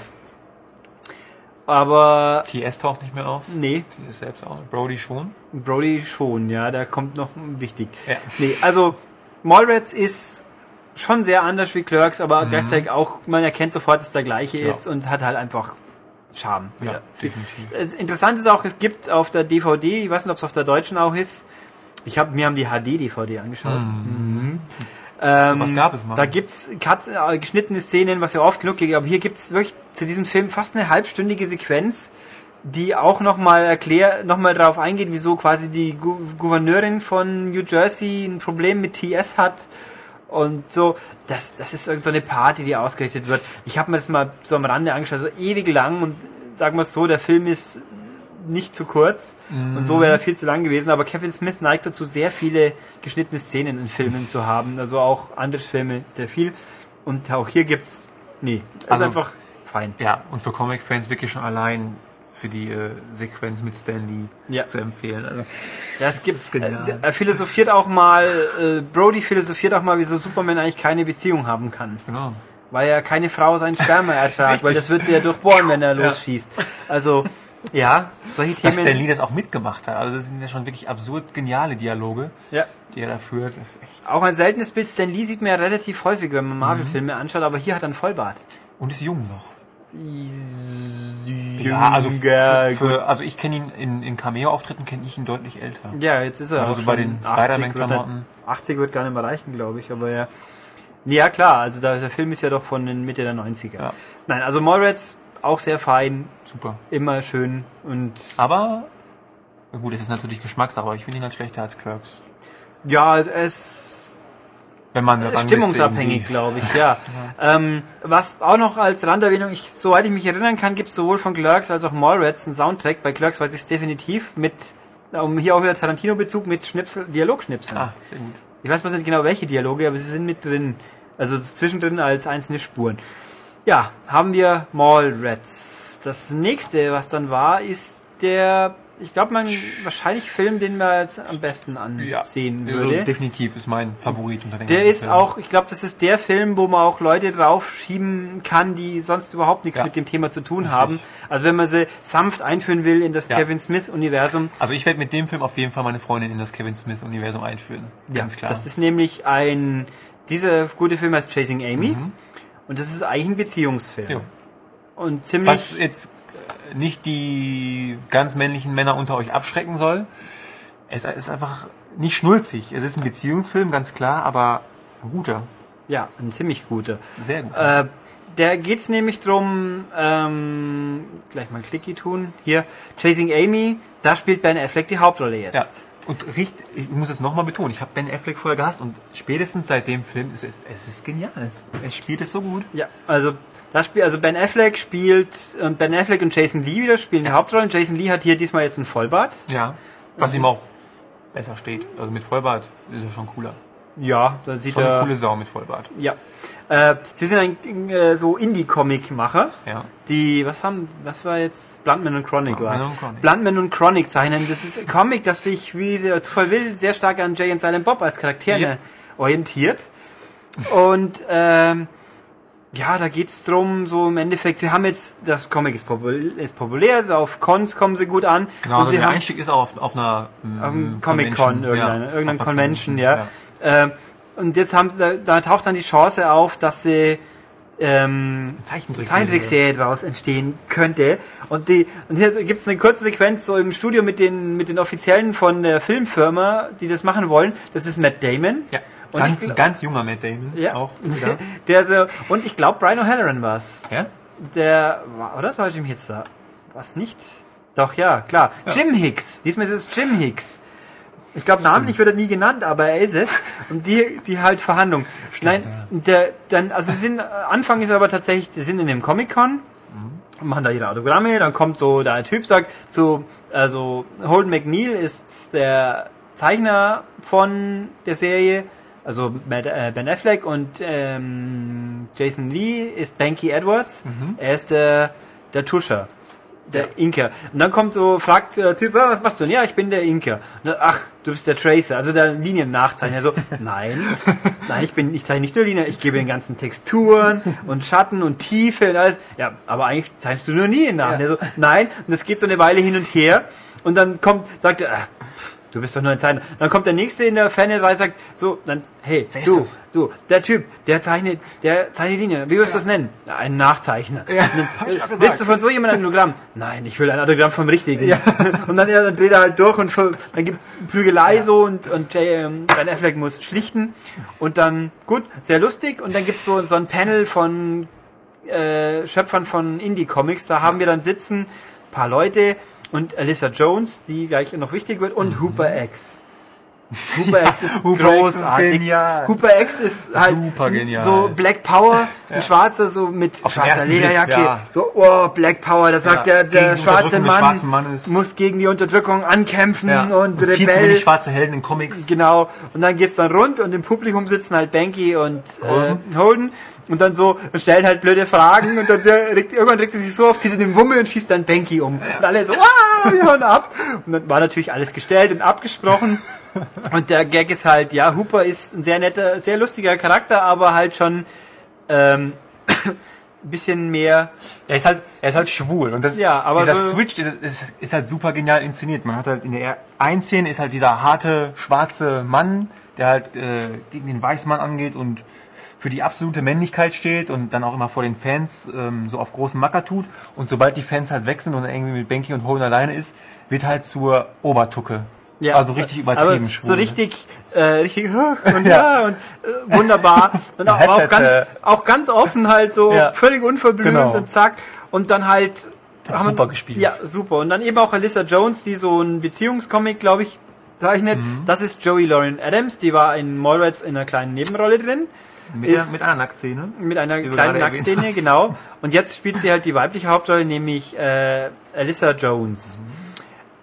Speaker 2: Aber
Speaker 3: TS taucht nicht mehr auf.
Speaker 2: nee,
Speaker 3: Sie ist selbst auch. Brody schon.
Speaker 2: Brody schon, ja, da kommt noch wichtig.
Speaker 3: Ja.
Speaker 2: Nee, also Mallrats ist schon sehr anders wie Clerks, aber gleichzeitig auch, man erkennt sofort, dass der gleiche
Speaker 3: Mhm. Ja.
Speaker 2: ist und hat halt einfach Charme. wieder.
Speaker 3: definitiv.
Speaker 2: Es, interessant ist auch, es gibt auf der DVD, ich weiß nicht, ob es auf der deutschen auch ist, ich hab, mir haben die HD-DVD angeschaut.
Speaker 3: Mhm.
Speaker 2: Ähm,
Speaker 3: Sowas gab es mal.
Speaker 2: Da gibt's Cut, äh, geschnittene Szenen, was ja oft genug gibt, aber hier gibt's wirklich zu diesem Film fast eine halbstündige Sequenz, die auch nochmal erklärt, nochmal darauf eingeht, wieso quasi die Gu Gouverneurin von New Jersey ein Problem mit TS hat und so. Das, das ist irgend so eine Party, die ausgerichtet wird. Ich habe mir das mal so am Rande angeschaut, so ewig lang und sagen wir es so, der Film ist nicht zu kurz
Speaker 3: Mhm.
Speaker 2: und so wäre er viel zu lang gewesen. Aber Kevin Smith neigt dazu, sehr viele geschnittene Szenen in Filmen zu haben. Also auch andere Filme sehr viel. Und auch hier gibt's. Nee, ist
Speaker 3: Also-
Speaker 2: einfach fein.
Speaker 3: Ja, und für Comic-Fans wirklich schon allein für die äh, Sequenz mit Stan Lee
Speaker 2: Ja.
Speaker 3: zu empfehlen. Also,
Speaker 2: Ja, es gibt,
Speaker 3: ist genial.
Speaker 2: äh, er philosophiert auch mal, äh, Brody philosophiert auch mal, wieso Superman eigentlich keine Beziehung haben kann.
Speaker 3: genau.
Speaker 2: Weil ja keine Frau sein Sperma ertragt, weil
Speaker 3: Richtig.
Speaker 2: das wird sie ja durchbohren, wenn er losschießt. Also, ja, solche
Speaker 3: Dass Stan
Speaker 2: Themen.
Speaker 3: Lee das auch mitgemacht hat. Also das sind ja schon wirklich absurd geniale Dialoge,
Speaker 2: Ja.
Speaker 3: die er da führt. Das ist echt.
Speaker 2: Auch ein seltenes Bild, Stan Lee sieht man ja relativ häufig, wenn man Marvel-Filme anschaut, aber hier hat er einen Vollbart.
Speaker 3: Und ist jung noch.
Speaker 2: Jünger,
Speaker 3: Ja, also, für,
Speaker 2: gut.
Speaker 3: für, also ich kenne ihn in, in Cameo-Auftritten kenne ich ihn deutlich älter.
Speaker 2: ja, jetzt ist er
Speaker 3: Also
Speaker 2: auch
Speaker 3: bei
Speaker 2: schon
Speaker 3: den
Speaker 2: 80
Speaker 3: Spider-Man-Klamotten.
Speaker 2: wird er- 80 wird gar nicht mehr reichen, glaube ich, aber ja. Ja, klar, also da, der Film ist ja doch von den Mitte der 90er.
Speaker 3: Ja.
Speaker 2: Nein, also Morrats auch sehr fein,
Speaker 3: Super.
Speaker 2: immer schön und
Speaker 3: Aber na gut, es ist natürlich Geschmackssache, aber ich finde ihn halt schlechter als Clerks.
Speaker 2: ja, es
Speaker 3: wenn man eine Rangliste
Speaker 2: Stimmungsabhängig, glaube ich, ja. ähm, was auch noch als Randerwähnung, ich, soweit ich mich erinnern kann, gibt es sowohl von Clerks als auch Mallrats einen Soundtrack. Bei Clerks weiß ich es definitiv mit, um hier auch wieder Tarantino-Bezug, mit Schnipsel, Dialogschnipseln.
Speaker 3: irgendwie- Ah, sehr gut.
Speaker 2: Ich weiß bloß nicht genau, welche Dialoge, aber sie sind mit drin. Also es ist zwischendrin als einzelne Spuren. Ja, haben wir Mallrats. Das nächste, was dann war, ist der, ich glaube, mein wahrscheinlich Film, den man jetzt am besten ansehen
Speaker 3: also
Speaker 2: würde.
Speaker 3: definitiv ist mein Favorit unter den
Speaker 2: Der
Speaker 3: ganzen
Speaker 2: ist
Speaker 3: Filmen.
Speaker 2: auch, ich glaube, das ist der Film, wo man auch Leute draufschieben kann, die sonst überhaupt nichts
Speaker 3: Ja.
Speaker 2: mit dem Thema zu tun haben. Also wenn man sie sanft einführen will in das
Speaker 3: Ja.
Speaker 2: Kevin Smith-Universum,
Speaker 3: Also ich werde mit dem Film auf jeden Fall meine Freundin in das Kevin Smith Universum einführen. Ganz klar.
Speaker 2: Das ist nämlich ein, dieser gute Film heißt Chasing Amy
Speaker 3: Mhm.
Speaker 2: und das ist eigentlich ein Beziehungsfilm.
Speaker 3: Ja.
Speaker 2: Und ziemlich,
Speaker 3: Was jetzt äh, nicht die ganz männlichen Männer unter euch abschrecken soll. Es ist einfach nicht schnulzig. Es ist ein Beziehungsfilm, ganz klar, aber ein guter.
Speaker 2: ja, ein ziemlich guter.
Speaker 3: Sehr guter.
Speaker 2: Äh, der geht's nämlich drum, ähm, gleich mal Clicky tun, hier, Chasing Amy, da spielt Ben Affleck die Hauptrolle
Speaker 3: ja.
Speaker 2: jetzt.
Speaker 3: Und riecht, ich muss es nochmal betonen, ich habe Ben Affleck vorher gehasst und spätestens seit dem Film ist es, es ist genial. Es spielt es so gut.
Speaker 2: Ja, also das Spiel, also Ben Affleck spielt und Ben Affleck und Jason Lee wieder spielen die Hauptrollen. Jason Lee hat hier diesmal jetzt einen Vollbart.
Speaker 3: Ja. Was
Speaker 2: Also
Speaker 3: ihm auch besser steht. Also mit Vollbart ist er schon cooler.
Speaker 2: Ja, da sieht
Speaker 3: Schon eine
Speaker 2: er.
Speaker 3: coole Sau mit Vollbart.
Speaker 2: Ja. Äh, sie sind ein äh, so Indie-Comic-Macher.
Speaker 3: Ja.
Speaker 2: Die, was haben, was war jetzt? Bluntman und Chronic
Speaker 3: Bluntman
Speaker 2: war's.
Speaker 3: und Chronic.
Speaker 2: Bluntman und Chronic zeichnen. Das ist ein Comic, das sich, wie der Zufall will, sehr stark an Jay und Silent Bob als Charaktere
Speaker 3: Ja.
Speaker 2: orientiert. Und, ähm, ja, da geht's drum, so im Endeffekt, sie haben jetzt, das Comic ist populär, ist populär so auf Cons kommen sie gut an.
Speaker 3: Genau,
Speaker 2: Und
Speaker 3: also
Speaker 2: sie
Speaker 3: der
Speaker 2: haben-
Speaker 3: Einstieg ist auch auf, auf einer mm,
Speaker 2: auf dem Comic-Con,
Speaker 3: Convention.
Speaker 2: irgendeine, irgendeine
Speaker 3: Ja, auf einer
Speaker 2: Convention, ja. Ähm, und jetzt haben sie, da, da taucht dann die Chance auf, dass sie ähm,
Speaker 3: Zeichentrickserie.
Speaker 2: Zeichentrickserie daraus entstehen könnte. Und die und hier gibt es eine kurze Sequenz so im Studio mit den mit den Offiziellen von der Filmfirma, die das machen wollen. Das ist Matt Damon.
Speaker 3: Ja.
Speaker 2: Und
Speaker 3: ganz,
Speaker 2: ich, gl-
Speaker 3: ganz junger Matt Damon.
Speaker 2: ja.
Speaker 3: Auch. Ja.
Speaker 2: der so, und ich glaube Brian O'Halloran war's.
Speaker 3: ja?
Speaker 2: Der war, oder täusche ich mich jetzt da? Was nicht? Doch, ja, klar. Jim Hicks. Diesmal ist es Jim Hicks. Ich glaube, namentlich wird er nie genannt, aber er ist es. Und die, die halt Verhandlung. Nein, der, dann, also sie sind, äh, Anfang ist aber tatsächlich, sie sind in dem Comic-Con, machen da ihre Autogramme, dann kommt so der Typ, sagt so, also, Holden McNeil ist der Zeichner von der Serie, also Matt, äh, Ben Affleck und ähm, Jason Lee ist Banky Edwards, er ist der, der Tuscher der Inker. Und dann kommt so, fragt der Typ, "Ah, was machst du denn? Ja, ich bin der Inker. Und dann, ach, du bist der Tracer, also der Liniennachzeichner. So, nein, nein, ich bin, ich zeichne nicht nur Linien, ich gebe den ganzen Texturen und Schatten und Tiefe und alles. Ja, aber eigentlich zeichnest du nur Linien nach.
Speaker 3: Ja.
Speaker 2: So, nein, und das geht so eine Weile hin und her. Und dann kommt, sagt er, "Ah, pff, du bist doch nur ein Zeichner. Dann kommt der Nächste in der Ferne rein, sagt, so, dann, hey,
Speaker 3: Wer ist
Speaker 2: du,
Speaker 3: das?
Speaker 2: du, der Typ, der zeichnet, der zeichnet Linien. Wie würdest du das nennen? Ein Nachzeichner.
Speaker 3: hab ich auch gesagt.
Speaker 2: Willst du von so jemandem ein Autogramm? Nein, ich will ein Autogramm vom Richtigen. Und dann, ja, dann dreht er halt durch und ver- dann gibt Prügelei so und, und Jay, ähm, Ben Affleck muss schlichten. Und dann, gut, sehr lustig. Und dann gibt's so, so ein Panel von äh, Schöpfern von Indie-Comics. Da haben wir dann sitzen ein paar Leute und Alyssa Jones, die gleich noch wichtig wird, und Hooper X. Hooper X ist
Speaker 3: Mhm. Hooper X ist
Speaker 2: großartig.
Speaker 3: genial.
Speaker 2: Hooper X ist halt
Speaker 3: Super genial.
Speaker 2: so Black Power, ein Schwarzer so mit
Speaker 3: Auf den
Speaker 2: schwarzer
Speaker 3: ersten Blick,
Speaker 2: Lederjacke.
Speaker 3: ja.
Speaker 2: So, oh, Black Power, da sagt der,
Speaker 3: Ja,
Speaker 2: der
Speaker 3: gegen die
Speaker 2: schwarze
Speaker 3: Unterdrückung
Speaker 2: Mann,
Speaker 3: des schwarzen Mannes.
Speaker 2: muss gegen die Unterdrückung ankämpfen
Speaker 3: Ja.
Speaker 2: und,
Speaker 3: und viel zu
Speaker 2: Rebell.
Speaker 3: wenig schwarze Helden in Comics.
Speaker 2: Genau. Und dann geht's dann rund und im Publikum sitzen halt Banky und äh, Holden und dann so und stellen halt blöde Fragen und dann sehr- regt, irgendwann regt er sich so auf, zieht in den Wummel und schießt dann Banky um. Und alle so, ah, wir hören ab. Und dann war natürlich alles gestellt und abgesprochen. Und der Gag ist halt, ja, Hooper ist ein sehr netter, sehr lustiger Charakter, aber halt schon ähm, ein bisschen mehr
Speaker 3: Er ist halt, er ist halt schwul und das,
Speaker 2: Ja, aber
Speaker 3: dieser
Speaker 2: so-
Speaker 3: Switch ist, ist, ist halt super genial inszeniert. Man hat halt in der einen Szene ist halt dieser harte schwarze Mann, der halt äh, gegen den Weißmann angeht und für die absolute Männlichkeit steht und dann auch immer vor den Fans ähm, so auf großen Macker tut. Und sobald die Fans halt weg sind und er irgendwie mit Benki und Hohen alleine ist, wird halt zur Obertucke. also richtig übertrieben
Speaker 2: aber
Speaker 3: schwul. ne?
Speaker 2: So richtig, äh, richtig, und ja,
Speaker 3: Ja.
Speaker 2: und äh, wunderbar. Und auch, aber auch, ganz,
Speaker 3: Äh.
Speaker 2: auch ganz offen halt so,
Speaker 3: Ja.
Speaker 2: völlig unverblümt
Speaker 3: Genau.
Speaker 2: und zack. Und dann halt.
Speaker 3: Hat super gespielt.
Speaker 2: Ja, super. Und dann eben auch Alyssa Jones, die so einen Beziehungscomic, glaube ich, zeichnet.
Speaker 3: Mhm.
Speaker 2: Das ist Joey Lauren Adams, die war in Mallrats in einer kleinen Nebenrolle drin.
Speaker 3: ne? Mit, der,
Speaker 2: Ist-
Speaker 3: mit einer Nacktszene.
Speaker 2: Mit einer
Speaker 3: wir
Speaker 2: kleinen
Speaker 3: gerade erwähnt
Speaker 2: Nacktszene, genau. Und jetzt spielt sie halt die weibliche Hauptrolle, nämlich äh, Alyssa Jones.
Speaker 3: Haben wir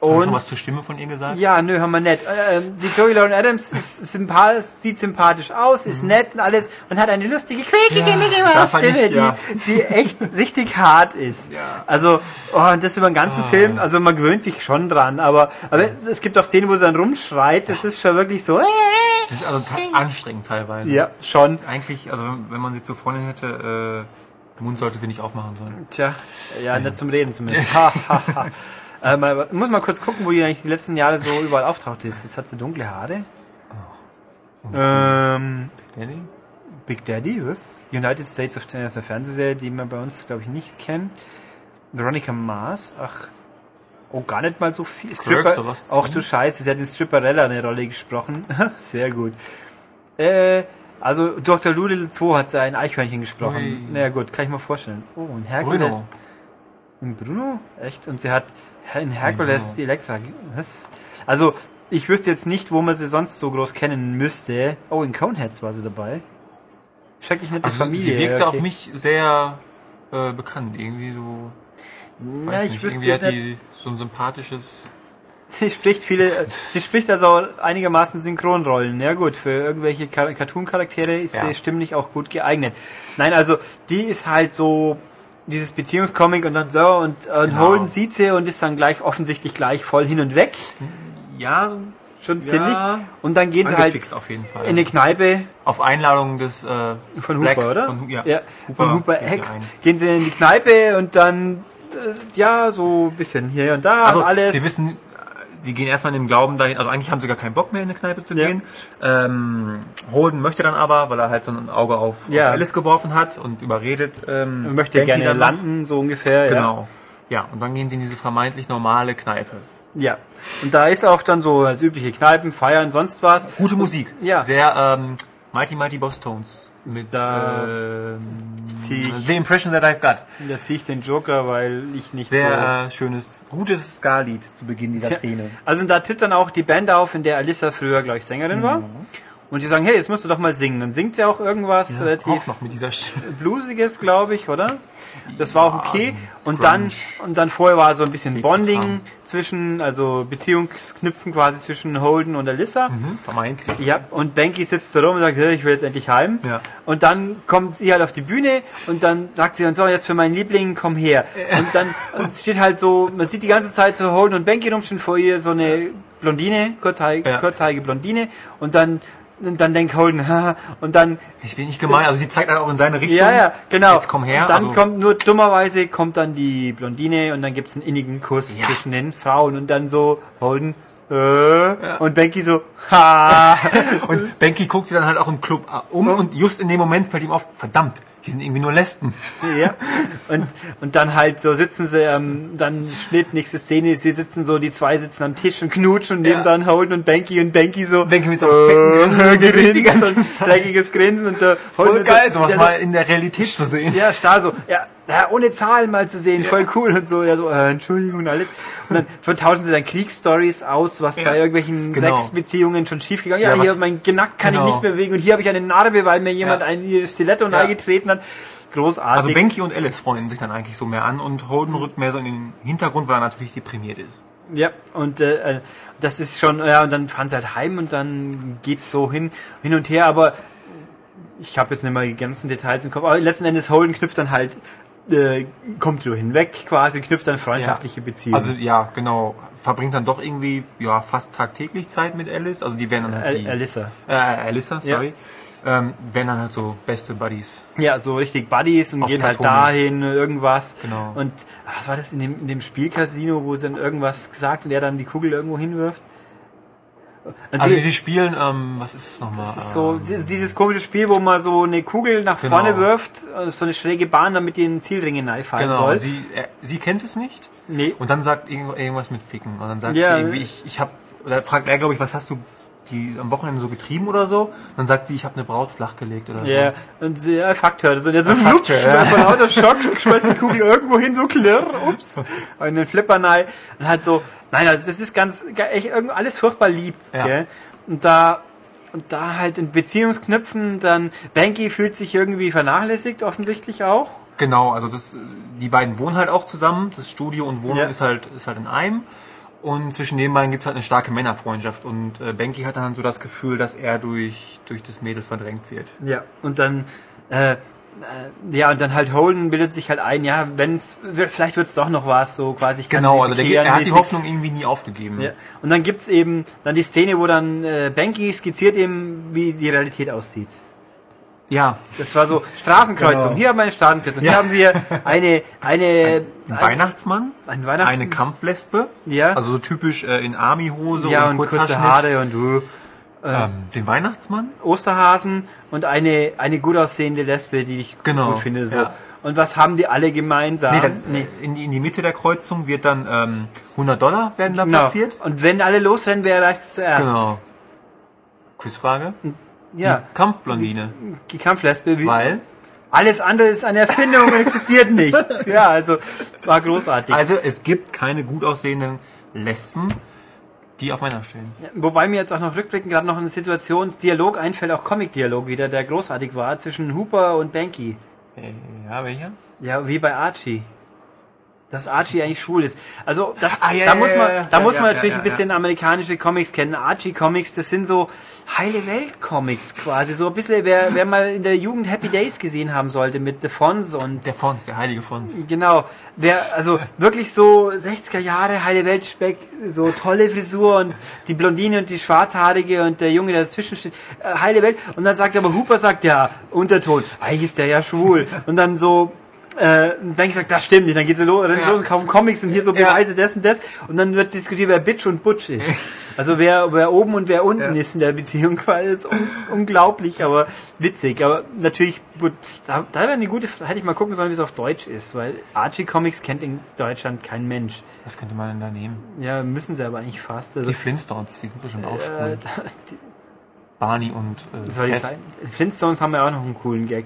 Speaker 3: Mhm. schon
Speaker 2: Und
Speaker 3: was zur Stimme von ihr gesagt?
Speaker 2: ja, nö, haben wir nett. Äh, die Joey Lauren Adams ist sympa sieht sympathisch aus, ist nett und alles und hat eine lustige, quiekige
Speaker 3: Mhm. Ja,
Speaker 2: Mickey
Speaker 3: da
Speaker 2: Mouse
Speaker 3: fand ich,
Speaker 2: Stimme,
Speaker 3: ja.
Speaker 2: die, die echt richtig hart ist.
Speaker 3: Ja. Ah.
Speaker 2: Also, oh, und das über den ganzen Film, also man gewöhnt sich schon dran, aber, aber es gibt auch Szenen, wo sie dann rumschreit, das ist schon wirklich so.
Speaker 3: Das ist also ta- anstrengend teilweise.
Speaker 2: Ja, schon.
Speaker 3: Eigentlich, also wenn, wenn man sie zur Freundin hätte, äh, den Mund sollte sie nicht aufmachen sollen.
Speaker 2: Tja, ja, nicht zum Reden zumindest. Ha, ha, ha. Äh, mal, muss mal kurz gucken, wo die eigentlich die letzten Jahre so überall auftaucht ist. Jetzt hat sie dunkle Haare.
Speaker 3: Oh.
Speaker 2: Ähm,
Speaker 3: Danny?
Speaker 2: Big Daddy, was? United States of Tennis, eine Fernsehserie, die man bei uns, glaube ich, nicht kennt. Veronica Mars, ach, oh, gar nicht mal so viel.
Speaker 3: Clerks, da
Speaker 2: Stripper,
Speaker 3: war's
Speaker 2: ach
Speaker 3: zu.
Speaker 2: du Scheiße, sie hat in Stripperella eine Rolle gesprochen. Sehr gut. Äh, also Dr. Doolittle 2 hat sie ein Eichhörnchen gesprochen.
Speaker 3: Ui.
Speaker 2: Naja gut, kann ich mir vorstellen. Oh, ein Herkules.
Speaker 3: Bruno.
Speaker 2: In Bruno? Echt? Und sie hat in Herkules die Elektra. ge- Was? Also, ich wüsste jetzt nicht, wo man sie sonst so groß kennen müsste. Oh, in Coneheads war sie dabei. Schrecklich nette
Speaker 3: Also
Speaker 2: Familie.
Speaker 3: sie wirkte
Speaker 2: ja,
Speaker 3: auf mich sehr äh, bekannt. Irgendwie so, weiß
Speaker 2: Ja, ich
Speaker 3: nicht,
Speaker 2: wüsste
Speaker 3: irgendwie hat
Speaker 2: jetzt nicht.
Speaker 3: die so ein sympathisches...
Speaker 2: Sie spricht viele, äh, sie spricht also einigermaßen Synchronrollen. Ja gut, für irgendwelche Ka- Cartoon-Charaktere ist
Speaker 3: Ja.
Speaker 2: sie stimmlich auch gut geeignet. Nein, also die ist halt so dieses Beziehungscomic und dann so und, und
Speaker 3: Genau.
Speaker 2: Holden sieht sie und ist dann gleich offensichtlich gleich voll hin und weg.
Speaker 3: Ja,
Speaker 2: Schon
Speaker 3: Ja.
Speaker 2: ziemlich. Und dann geht sie halt
Speaker 3: angefixt auf jeden Fall.
Speaker 2: in eine Kneipe
Speaker 3: auf Einladung des äh,
Speaker 2: von
Speaker 3: Black-
Speaker 2: Hooper, oder?
Speaker 3: Von, Hu- ja,
Speaker 2: ja. von Hooper
Speaker 3: geht sie
Speaker 2: X.
Speaker 3: ein.
Speaker 2: Gehen sie in die Kneipe und dann, äh, ja, so ein bisschen hier und da
Speaker 3: Also
Speaker 2: und alles.
Speaker 3: Sie wissen, sie gehen erstmal in dem Glauben dahin, also eigentlich haben sie gar keinen Bock mehr in eine Kneipe zu
Speaker 2: Ja.
Speaker 3: gehen. Ähm, Holden möchte dann aber, weil er halt so ein Auge auf,
Speaker 2: Ja.
Speaker 3: auf Alice geworfen hat und überredet. Ähm,
Speaker 2: Man möchte
Speaker 3: Banky
Speaker 2: gerne
Speaker 3: dann noch.
Speaker 2: landen, so ungefähr.
Speaker 3: Genau. Ja. und dann gehen sie in diese vermeintlich normale Kneipe.
Speaker 2: Ja. ja. Und da ist auch dann so als übliche Kneipen, Feiern, sonst was.
Speaker 3: Gute Musik.
Speaker 2: Ja.
Speaker 3: Sehr ähm, Mighty Mighty Boss Tones. Mit
Speaker 2: Da
Speaker 3: ähm,
Speaker 2: zieh ich-
Speaker 3: The Impression That I've Got.
Speaker 2: Da ziehe ich den Joker, weil ich nicht
Speaker 3: Sehr
Speaker 2: so...
Speaker 3: äh, schönes, gutes Ska-Lied zu Beginn dieser
Speaker 2: Ja.
Speaker 3: Szene.
Speaker 2: Also da tritt dann auch die Band auf, in der Alissa früher, glaube ich, Sängerin war.
Speaker 3: Mhm.
Speaker 2: Und die sagen, hey, jetzt musst du doch mal singen. Dann singt sie auch irgendwas relativ
Speaker 3: Auch noch mit dieser Stimme.
Speaker 2: Bluesiges, glaube ich, oder? Das war auch okay.
Speaker 3: also
Speaker 2: Und dann, und dann vorher war so ein bisschen Bonding zwischen, also Beziehungsknüpfen quasi zwischen Holden und Alyssa.
Speaker 3: Mhm. Vermeintlich.
Speaker 2: Ja, und Banky sitzt da rum und sagt, "Hey, ich will jetzt endlich heim.
Speaker 3: Ja.
Speaker 2: Und dann kommt sie halt auf die Bühne und dann sagt sie, und so, jetzt für meinen Liebling, komm her.
Speaker 3: Äh.
Speaker 2: Und dann und es steht halt so, man sieht die ganze Zeit so Holden und Banky rumstehen vor ihr, so eine Blondine, kurzhaarige,
Speaker 3: Ja.
Speaker 2: kurzhaarige Blondine. Und dann, und dann denkt Holden, haha, und dann
Speaker 3: Ich bin nicht gemein, also sie zeigt halt auch in seine Richtung.
Speaker 2: ja, ja, genau.
Speaker 3: Jetzt komm her.
Speaker 2: Und dann
Speaker 3: also,
Speaker 2: kommt nur dummerweise kommt dann die Blondine und dann gibt's einen innigen Kuss
Speaker 3: Ja.
Speaker 2: zwischen den Frauen und dann so Holden äh, und Becky so ha.
Speaker 3: und Benki guckt sie dann halt auch im Club um und just in dem Moment fällt ihm auf, verdammt, hier sind irgendwie nur Lesben.
Speaker 2: ja. Und und dann halt so sitzen sie ähm, dann Schnitt nächste Szene, sie sitzen so die zwei sitzen am Tisch und knutschen und neben
Speaker 3: Ja.
Speaker 2: dann Holden und Becky und Becky so
Speaker 3: Benki mit so einem fetten Grinsen im Gesicht die ganze
Speaker 2: Äh, und
Speaker 3: Zeit.
Speaker 2: dreckiges Grinsen und der Holden
Speaker 3: Voll
Speaker 2: mit so-
Speaker 3: geil, sowas
Speaker 2: der so-
Speaker 3: mal in der Realität zu sehen.
Speaker 2: Ja, starr so, ja, ja, ohne Zahlen mal zu sehen, voll cool und so, ja, so, äh, Entschuldigung und alles. Und dann vertauschen sie dann Kriegsstories aus, was
Speaker 3: Ja,
Speaker 2: bei irgendwelchen
Speaker 3: genau.
Speaker 2: Sexbeziehungen schon schiefgegangen ist. Ja,
Speaker 3: Ja,
Speaker 2: hier,
Speaker 3: was-
Speaker 2: mein Genack kann
Speaker 3: genau.
Speaker 2: ich nicht mehr bewegen und hier habe ich eine Narbe, weil mir jemand
Speaker 3: Ja.
Speaker 2: ein ihr Stiletto
Speaker 3: Ja.
Speaker 2: nahegetreten hat. Großartig.
Speaker 3: Also Benki und Alice freuen sich dann eigentlich so mehr an und Holden rückt mehr so in den Hintergrund, weil er natürlich deprimiert ist.
Speaker 2: Ja, und äh, äh, das ist schon, ja, und dann fahren sie halt heim und dann geht's so hin, hin und her, aber ich habe jetzt nicht mal die ganzen Details im Kopf, aber letzten Endes Holden knüpft dann halt, äh, kommt so hinweg quasi, knüpft dann freundschaftliche Beziehungen.
Speaker 3: Also ja, genau. Verbringt dann doch irgendwie ja fast tagtäglich Zeit mit Alice. Also die werden dann halt
Speaker 2: Al
Speaker 3: die,
Speaker 2: Alissa.
Speaker 3: äh, Alissa, sorry. Ähm, werden dann halt so beste Buddies.
Speaker 2: Ja, so richtig Buddies und
Speaker 3: Auf
Speaker 2: gehen halt
Speaker 3: platonisch.
Speaker 2: dahin, irgendwas.
Speaker 3: Genau.
Speaker 2: Und ach, was war das in dem, in dem Spielcasino, wo sie dann irgendwas gesagt und er dann die Kugel irgendwo hinwirft? Und
Speaker 3: Also
Speaker 2: sie-
Speaker 3: sie spielen, ähm, was ist es nochmal?
Speaker 2: Das ist so dieses dieses komische Spiel, wo man so eine Kugel nach
Speaker 3: Genau.
Speaker 2: vorne wirft, äh, so eine schräge Bahn, damit die in den Zielring hineinfallen
Speaker 3: Genau,
Speaker 2: soll.
Speaker 3: Sie, äh, sie kennt es nicht.
Speaker 2: Nee.
Speaker 3: Und dann sagt irgend- irgendwas mit Ficken. Und dann sagt
Speaker 2: Ja.
Speaker 3: sie irgendwie, ich, ich hab, oder fragt er, glaube ich, was hast du die am Wochenende so getrieben oder so. Dann sagt sie, ich habe eine Braut flachgelegt oder
Speaker 2: Ja, und sie äh, fuckt hört es. Und jetzt ist
Speaker 3: fuckt
Speaker 2: Flugschwer
Speaker 3: her, ja.
Speaker 2: von lauter Schock, schmeißt die Kugel irgendwo hin, so klirr, ups, und den Flipper rein. Und halt so, nein, also das ist ganz, ga- echt irgend- alles furchtbar lieb.
Speaker 3: Ja.
Speaker 2: Gell? Und da, und da halt in Beziehungsknüpfen, dann, Banky fühlt sich irgendwie vernachlässigt, offensichtlich auch.
Speaker 3: so. Genau, also das, äh, die beiden wohnen halt auch zusammen. Das Studio und Wohnung
Speaker 2: Ja.
Speaker 3: ist halt ist halt in einem. Und zwischen den beiden gibt's halt eine starke Männerfreundschaft. Und äh, Benki hat dann so das Gefühl, dass er durch, durch das Mädel verdrängt wird.
Speaker 2: Ja. Und dann, äh, äh, ja, und dann halt Holden bildet sich halt ein, ja, wenn's, vielleicht wird's doch noch was, so quasi. Ich kann
Speaker 3: Genau,
Speaker 2: sie
Speaker 3: also der,
Speaker 2: bekehren,
Speaker 3: er hat
Speaker 2: ich-
Speaker 3: die Hoffnung irgendwie nie aufgegeben.
Speaker 2: Ja. Und dann gibt's eben dann die Szene, wo dann äh, Banky skizziert eben, wie die Realität aussieht.
Speaker 3: ja.
Speaker 2: Das war so Straßenkreuzung.
Speaker 3: Genau.
Speaker 2: Hier haben wir eine Straßenkreuzung. Hier haben wir eine eine
Speaker 3: Ein Weihnachtsmann,
Speaker 2: ein Weihnachts-
Speaker 3: eine Kampflesbe,
Speaker 2: Ja.
Speaker 3: also so typisch äh, in Armyhose
Speaker 2: ja, und kurze Haare und
Speaker 3: Ähm, den Weihnachtsmann?
Speaker 2: äh, Osterhasen und eine eine gut aussehende Lesbe, die ich
Speaker 3: Genau,
Speaker 2: gut finde so.
Speaker 3: ja.
Speaker 2: Und was haben die alle gemeinsam?
Speaker 3: Nee, dann, In, die, in die Mitte der Kreuzung wird dann ähm, 100 Dollar werden da
Speaker 2: genau.
Speaker 3: platziert.
Speaker 2: Und wenn alle losrennen, wer erreicht's zuerst?
Speaker 3: Genau. Quizfrage?
Speaker 2: Hm. Ja,
Speaker 3: Die Kampfblondine.
Speaker 2: die Kampflesbe wie
Speaker 3: Weil?
Speaker 2: alles andere ist eine Erfindung und existiert nicht. Ja, also war großartig.
Speaker 3: Also es gibt keine gut aussehenden Lesben, die auf Männer stehen.
Speaker 2: Wobei mir jetzt auch noch rückblickend gerade noch ein Situationsdialog einfällt, auch Comic-Dialog wieder, der großartig war, zwischen Hooper und Banky.
Speaker 3: Äh, Ja, welcher?
Speaker 2: Ja, wie bei Archie. Dass Archie eigentlich schwul ist. Also das,
Speaker 3: Ah, ja,
Speaker 2: da
Speaker 3: ja,
Speaker 2: muss man,
Speaker 3: ja, ja,
Speaker 2: da
Speaker 3: ja,
Speaker 2: muss man
Speaker 3: ja,
Speaker 2: natürlich
Speaker 3: ja,
Speaker 2: ein bisschen amerikanische Comics kennen. Archie-Comics, das sind so heile Welt-Comics quasi. So ein bisschen, wer, wer mal in der Jugend Happy Days gesehen haben sollte mit The Fonz und
Speaker 3: Der Fons, der heilige Fons.
Speaker 2: Genau, wer, also wirklich so 60er Jahre, heile Welt Speck, so tolle Frisur und die Blondine und die Schwarzhaarige und der Junge, der dazwischen steht, äh, heile Welt. Und dann sagt aber Hooper, sagt ja, Unterton, eigentlich ist der ja schwul. Und dann so, äh, Bank sagt, das stimmt nicht, dann geht sie los, dann
Speaker 3: Ja.
Speaker 2: los und kaufen Comics und hier so
Speaker 3: Ja.
Speaker 2: Beweise das und das. Und dann wird diskutiert, wer Bitch und Butch ist. Also wer, wer oben und wer unten
Speaker 3: Ja.
Speaker 2: ist in der Beziehung, weil das ist un unglaublich, aber witzig. Aber natürlich, gut, da, da wäre eine gute, Fra- hätte ich mal gucken sollen, wie es auf Deutsch ist, weil Archie Comics kennt in Deutschland kein Mensch.
Speaker 3: Was könnte man denn da nehmen?
Speaker 2: Ja, müssen sie aber eigentlich fast. Also,
Speaker 3: Die Hm. Flintstones, die sind bestimmt auch
Speaker 2: äh,
Speaker 3: schwul. Barney und äh,
Speaker 2: das war die
Speaker 3: Ted.
Speaker 2: Zeit. Flintstones haben ja auch noch einen coolen Gag.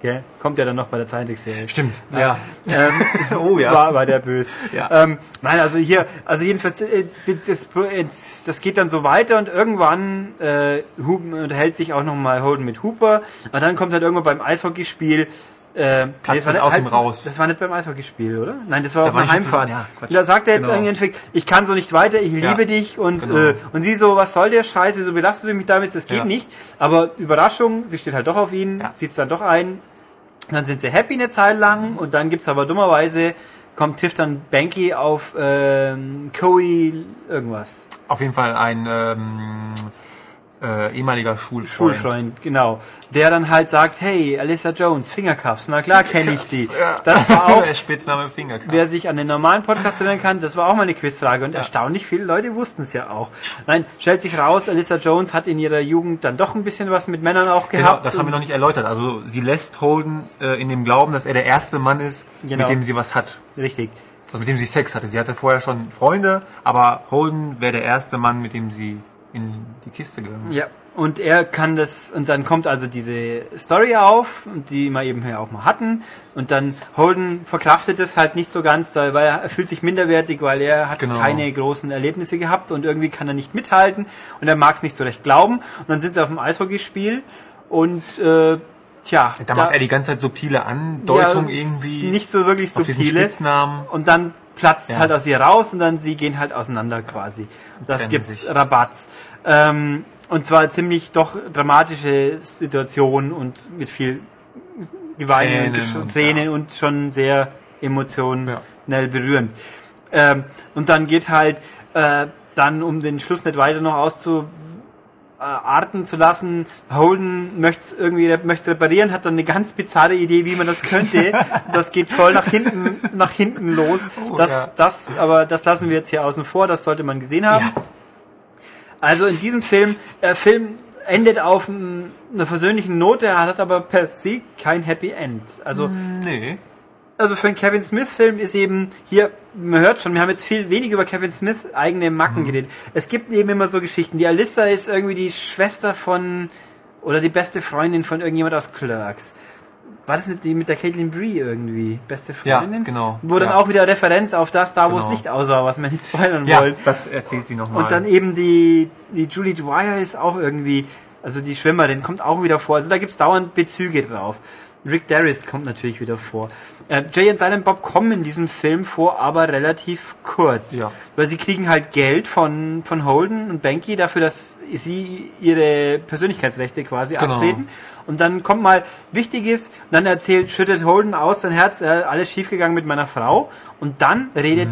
Speaker 2: Gell? Kommt ja dann noch bei der Zeitungsserie.
Speaker 3: Stimmt, ja.
Speaker 2: Ähm,
Speaker 3: Oh ja.
Speaker 2: War, war der böse.
Speaker 3: Ja.
Speaker 2: Ähm, nein, also hier, also jedenfalls, äh, das, das geht dann so weiter und irgendwann äh, Huben unterhält sich auch nochmal Holden mit Hooper und dann kommt halt irgendwann beim Eishockeyspiel. Äh, das war
Speaker 3: es
Speaker 2: nicht-
Speaker 3: aus ihm raus.
Speaker 2: Das war nicht beim Eishockeyspiel, oder? Nein, das war auf
Speaker 3: war
Speaker 2: einer
Speaker 3: ich schon
Speaker 2: Heimfahrt.
Speaker 3: zu- ja, Quatsch.
Speaker 2: da sagt er jetzt
Speaker 3: Genau.
Speaker 2: irgendwie im Endeffekt, ich kann so nicht weiter, ich
Speaker 3: Ja.
Speaker 2: liebe dich und
Speaker 3: Genau.
Speaker 2: äh, und sie so, was soll der Scheiß, wieso belastest du mich damit, das geht
Speaker 3: Ja.
Speaker 2: nicht. Aber Überraschung, sie steht halt doch auf ihn,
Speaker 3: Ja.
Speaker 2: zieht's dann doch ein, dann sind sie happy eine Zeit
Speaker 3: Mhm.
Speaker 2: lang und dann gibt's aber dummerweise, kommt trifft dann Banky auf ähm, Coey irgendwas.
Speaker 3: Auf jeden Fall ein ähm, äh, ehemaliger Schulfreund.
Speaker 2: Schulfreund, genau. Der dann halt sagt, hey, Alyssa Jones, Fingercuffs, na klar kenne ich die. Das war auch,
Speaker 3: der Spitzname Fingerkampf.
Speaker 2: wer sich an den normalen Podcast erinnern kann, das war auch mal eine Quizfrage und erstaunlich viele Leute wussten es ja auch. Nein, stellt sich raus, Alyssa Jones hat in ihrer Jugend dann doch ein bisschen was mit Männern auch
Speaker 3: Genau,
Speaker 2: gehabt.
Speaker 3: das haben wir noch nicht erläutert. Also sie lässt Holden äh, in dem Glauben, dass er der erste Mann ist,
Speaker 2: Genau.
Speaker 3: mit dem sie was hat.
Speaker 2: Richtig.
Speaker 3: Also mit dem sie Sex hatte. Sie hatte vorher schon Freunde, aber Holden wäre der erste Mann, mit dem sie in die Kiste gegangen ist.
Speaker 2: Ja, und er kann das, und dann kommt also diese Story auf, die wir eben hier auch mal hatten, und dann Holden verkraftet es halt nicht so ganz, da- weil er fühlt sich minderwertig, weil er hat
Speaker 3: Genau.
Speaker 2: keine großen Erlebnisse gehabt und irgendwie kann er nicht mithalten und er mag es nicht so recht glauben. Und dann sind sie auf dem Eishockeyspiel und äh, tja,
Speaker 3: Da, macht er die ganze Zeit subtile Andeutungen
Speaker 2: ja, es ist
Speaker 3: irgendwie
Speaker 2: nicht so wirklich
Speaker 3: auf diesen
Speaker 2: subtile.
Speaker 3: Spitznamen.
Speaker 2: Und dann platzt es
Speaker 3: Ja.
Speaker 2: halt aus ihr raus und dann sie gehen halt auseinander quasi. Das
Speaker 3: trennen
Speaker 2: gibt's
Speaker 3: sich.
Speaker 2: Rabatz. Ähm, und zwar ziemlich doch dramatische Situation und mit viel Geweinen und,
Speaker 3: Tränen
Speaker 2: Gesch-
Speaker 3: und-
Speaker 2: Tränen
Speaker 3: ja.
Speaker 2: und schon sehr emotional berührend. Ähm, und dann geht halt äh, dann, um den Schluss nicht weiter noch auszu äh, arten zu lassen. Holden möchte es irgendwie rep- möcht's reparieren, hat dann eine ganz bizarre Idee, wie man das könnte. Das geht voll nach hinten, nach hinten los.
Speaker 3: Oh,
Speaker 2: das,
Speaker 3: ja.
Speaker 2: das, aber das lassen wir jetzt hier außen vor, das sollte man gesehen haben.
Speaker 3: Ja.
Speaker 2: Also in diesem Film, äh, Film endet auf
Speaker 3: Mhm.
Speaker 2: mm, einer versöhnlichen Note, hat aber per se kein Happy End. Also
Speaker 3: Nee.
Speaker 2: also für einen Kevin Smith-Film ist eben hier, man hört schon, wir haben jetzt viel wenig über Kevin Smith eigene
Speaker 3: Mhm.
Speaker 2: Macken geredet. Es gibt eben immer so Geschichten. Die Alyssa ist irgendwie die Schwester von oder die beste Freundin von irgendjemand aus Clerks. War das nicht die mit der Caitlin Bree irgendwie? Beste
Speaker 3: Ja,
Speaker 2: Freundin?
Speaker 3: genau.
Speaker 2: Wo dann
Speaker 3: Ja.
Speaker 2: auch wieder Referenz auf das da, wo es
Speaker 3: Genau.
Speaker 2: nicht aussah, was wir nicht spoilern
Speaker 3: Ja,
Speaker 2: wollen.
Speaker 3: das erzählt sie nochmal.
Speaker 2: Und dann eben die, die Julie Dwyer ist auch irgendwie, also die Schwimmerin kommt auch wieder vor. Also da gibt's dauernd Bezüge drauf. Rick Darris kommt natürlich wieder vor. Äh, Jay und Silent Bob kommen in diesem Film vor, aber relativ kurz.
Speaker 3: Ja.
Speaker 2: Weil sie kriegen halt Geld von, von Holden und Banky dafür, dass sie ihre Persönlichkeitsrechte quasi
Speaker 3: Genau.
Speaker 2: abtreten. Und dann kommt mal, wichtig ist, und dann erzählt, schüttet Holden aus sein Herz, äh, alles schiefgegangen mit meiner Frau. Und dann redet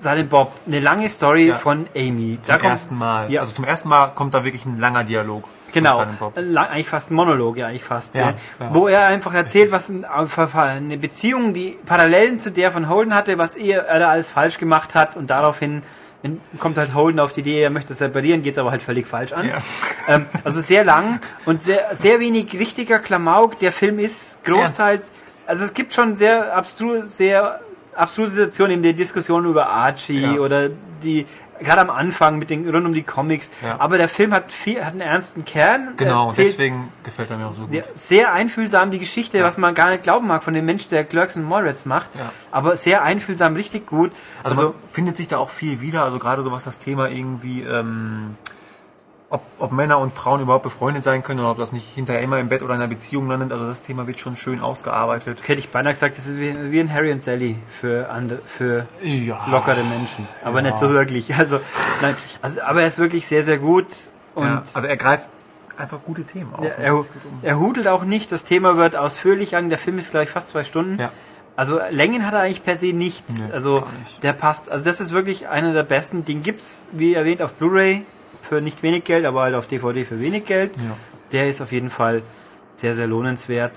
Speaker 2: Silent Bob eine lange Story
Speaker 3: Mhm. Ja.
Speaker 2: von Amy.
Speaker 3: zum ersten Mal.
Speaker 2: Ja,
Speaker 3: Also zum ersten Mal kommt da wirklich ein langer Dialog. mit
Speaker 2: genau.
Speaker 3: Silent Bob.
Speaker 2: Lang, eigentlich fast ein Monolog, ja, eigentlich fast.
Speaker 3: Ja,
Speaker 2: ne?
Speaker 3: ja.
Speaker 2: Wo er einfach erzählt, was ein- einfach eine Beziehung, die Parallelen zu der von Holden hatte, was er, er da alles falsch gemacht hat und daraufhin kommt halt Holden auf die Idee, er möchte separieren, geht aber halt völlig falsch an.
Speaker 3: Ja.
Speaker 2: Ähm, also sehr lang und sehr, sehr wenig richtiger Klamauk. Der Film ist großteils, also es gibt schon sehr abstruse, sehr abstruse Situationen in der Diskussion über Archie
Speaker 3: Ja.
Speaker 2: oder die, gerade am Anfang mit den, rund um die Comics.
Speaker 3: Ja.
Speaker 2: Aber der Film hat viel, hat einen ernsten Kern.
Speaker 3: Genau,
Speaker 2: erzählt
Speaker 3: deswegen gefällt er mir auch so gut.
Speaker 2: sehr- sehr einfühlsam die Geschichte, was man gar nicht glauben mag von dem Mensch, der Clerks und Moritz macht.
Speaker 3: Ja.
Speaker 2: Aber sehr einfühlsam, richtig gut.
Speaker 3: Also, man findet sich da auch viel wieder, also gerade so was das Thema irgendwie, ähm, ob, ob Männer und Frauen überhaupt befreundet sein können oder ob das nicht hinterher immer im Bett oder in einer Beziehung landet, also das Thema wird schon schön ausgearbeitet.
Speaker 2: hätte ich beinahe gesagt, das ist wie, wie ein Harry und Sally für, andere, für
Speaker 3: Ja.
Speaker 2: lockere Menschen. Aber nicht so wirklich. Also, nein, also, aber er ist wirklich sehr, sehr gut. Und
Speaker 3: Ja, also er greift einfach gute Themen auf.
Speaker 2: er, er,
Speaker 3: um
Speaker 2: er hudelt auch nicht. Das Thema wird ausführlich an. Der Film ist, glaube ich, fast zwei Stunden.
Speaker 3: Ja.
Speaker 2: Also Längen hat er eigentlich per se nicht.
Speaker 3: Nee,
Speaker 2: also
Speaker 3: gar nicht.
Speaker 2: der passt. Also das ist wirklich einer der besten. Den gibt's, wie erwähnt, auf Blu-ray für nicht wenig Geld, aber halt auf DVD für wenig Geld.
Speaker 3: Ja.
Speaker 2: Der ist auf jeden Fall sehr, sehr lohnenswert.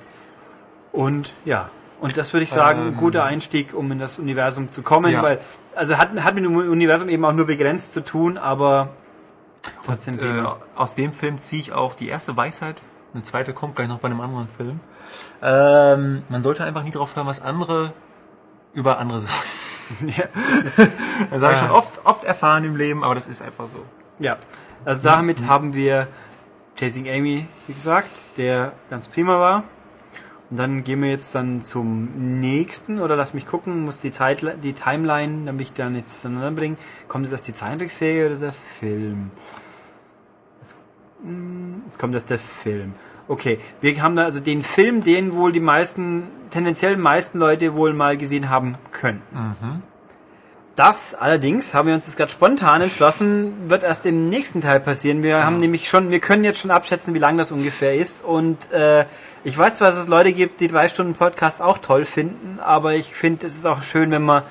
Speaker 2: Und ja, und das würde ich sagen, ein
Speaker 3: Ähm.
Speaker 2: guter Einstieg, um in das Universum zu kommen,
Speaker 3: Ja.
Speaker 2: weil also hat, hat mit dem Universum eben auch nur begrenzt zu tun, aber trotzdem
Speaker 3: äh, aus dem Film ziehe ich auch die erste Weisheit. Eine zweite kommt gleich noch bei einem anderen Film. Ähm, man sollte einfach nie drauf hören, was andere über andere sagen.
Speaker 2: ja,
Speaker 3: Das habe ich schon oft, oft erfahren im Leben, aber das ist einfach so.
Speaker 2: Ja, also damit haben wir Chasing Amy, wie gesagt, der ganz prima war. Und dann gehen wir jetzt dann zum nächsten, oder lass mich gucken, muss die Zeit, die Timeline, damit ich da nichts zueinander bringe. Kommt jetzt erst die Zeichentrickserie oder der Film? Jetzt, mm, jetzt kommt erst der Film. Okay, wir haben da also den Film, den wohl die meisten, tendenziell meisten Leute wohl mal gesehen haben könnten. Das allerdings haben wir uns jetzt gerade spontan entschlossen, wird erst im nächsten Teil passieren. Wir haben nämlich schon, wir können jetzt schon abschätzen, wie lang das ungefähr ist. Und äh, ich weiß zwar, dass es Leute gibt, die drei Stunden Podcast auch toll finden, aber ich finde, es ist auch schön, wenn man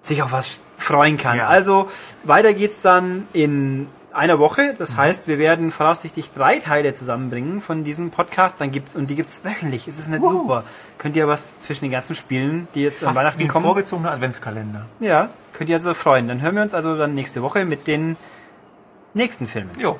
Speaker 2: sich auf was freuen kann.
Speaker 3: Ja.
Speaker 2: Also weiter geht's dann in einer Woche.
Speaker 3: Mhm.
Speaker 2: Das heißt, wir werden voraussichtlich drei Teile zusammenbringen von diesem Podcast. Dann gibt's und die gibt's wöchentlich. Es ist nicht
Speaker 3: Wow.
Speaker 2: super. Könnt ihr was zwischen den ganzen Spielen, die jetzt an
Speaker 3: Fast wie
Speaker 2: Weihnachten
Speaker 3: ein
Speaker 2: kommen?
Speaker 3: vorgezogener Adventskalender.
Speaker 2: Ja, könnt ihr also freuen. Dann hören wir uns also dann nächste Woche mit den nächsten Filmen.
Speaker 3: Jo.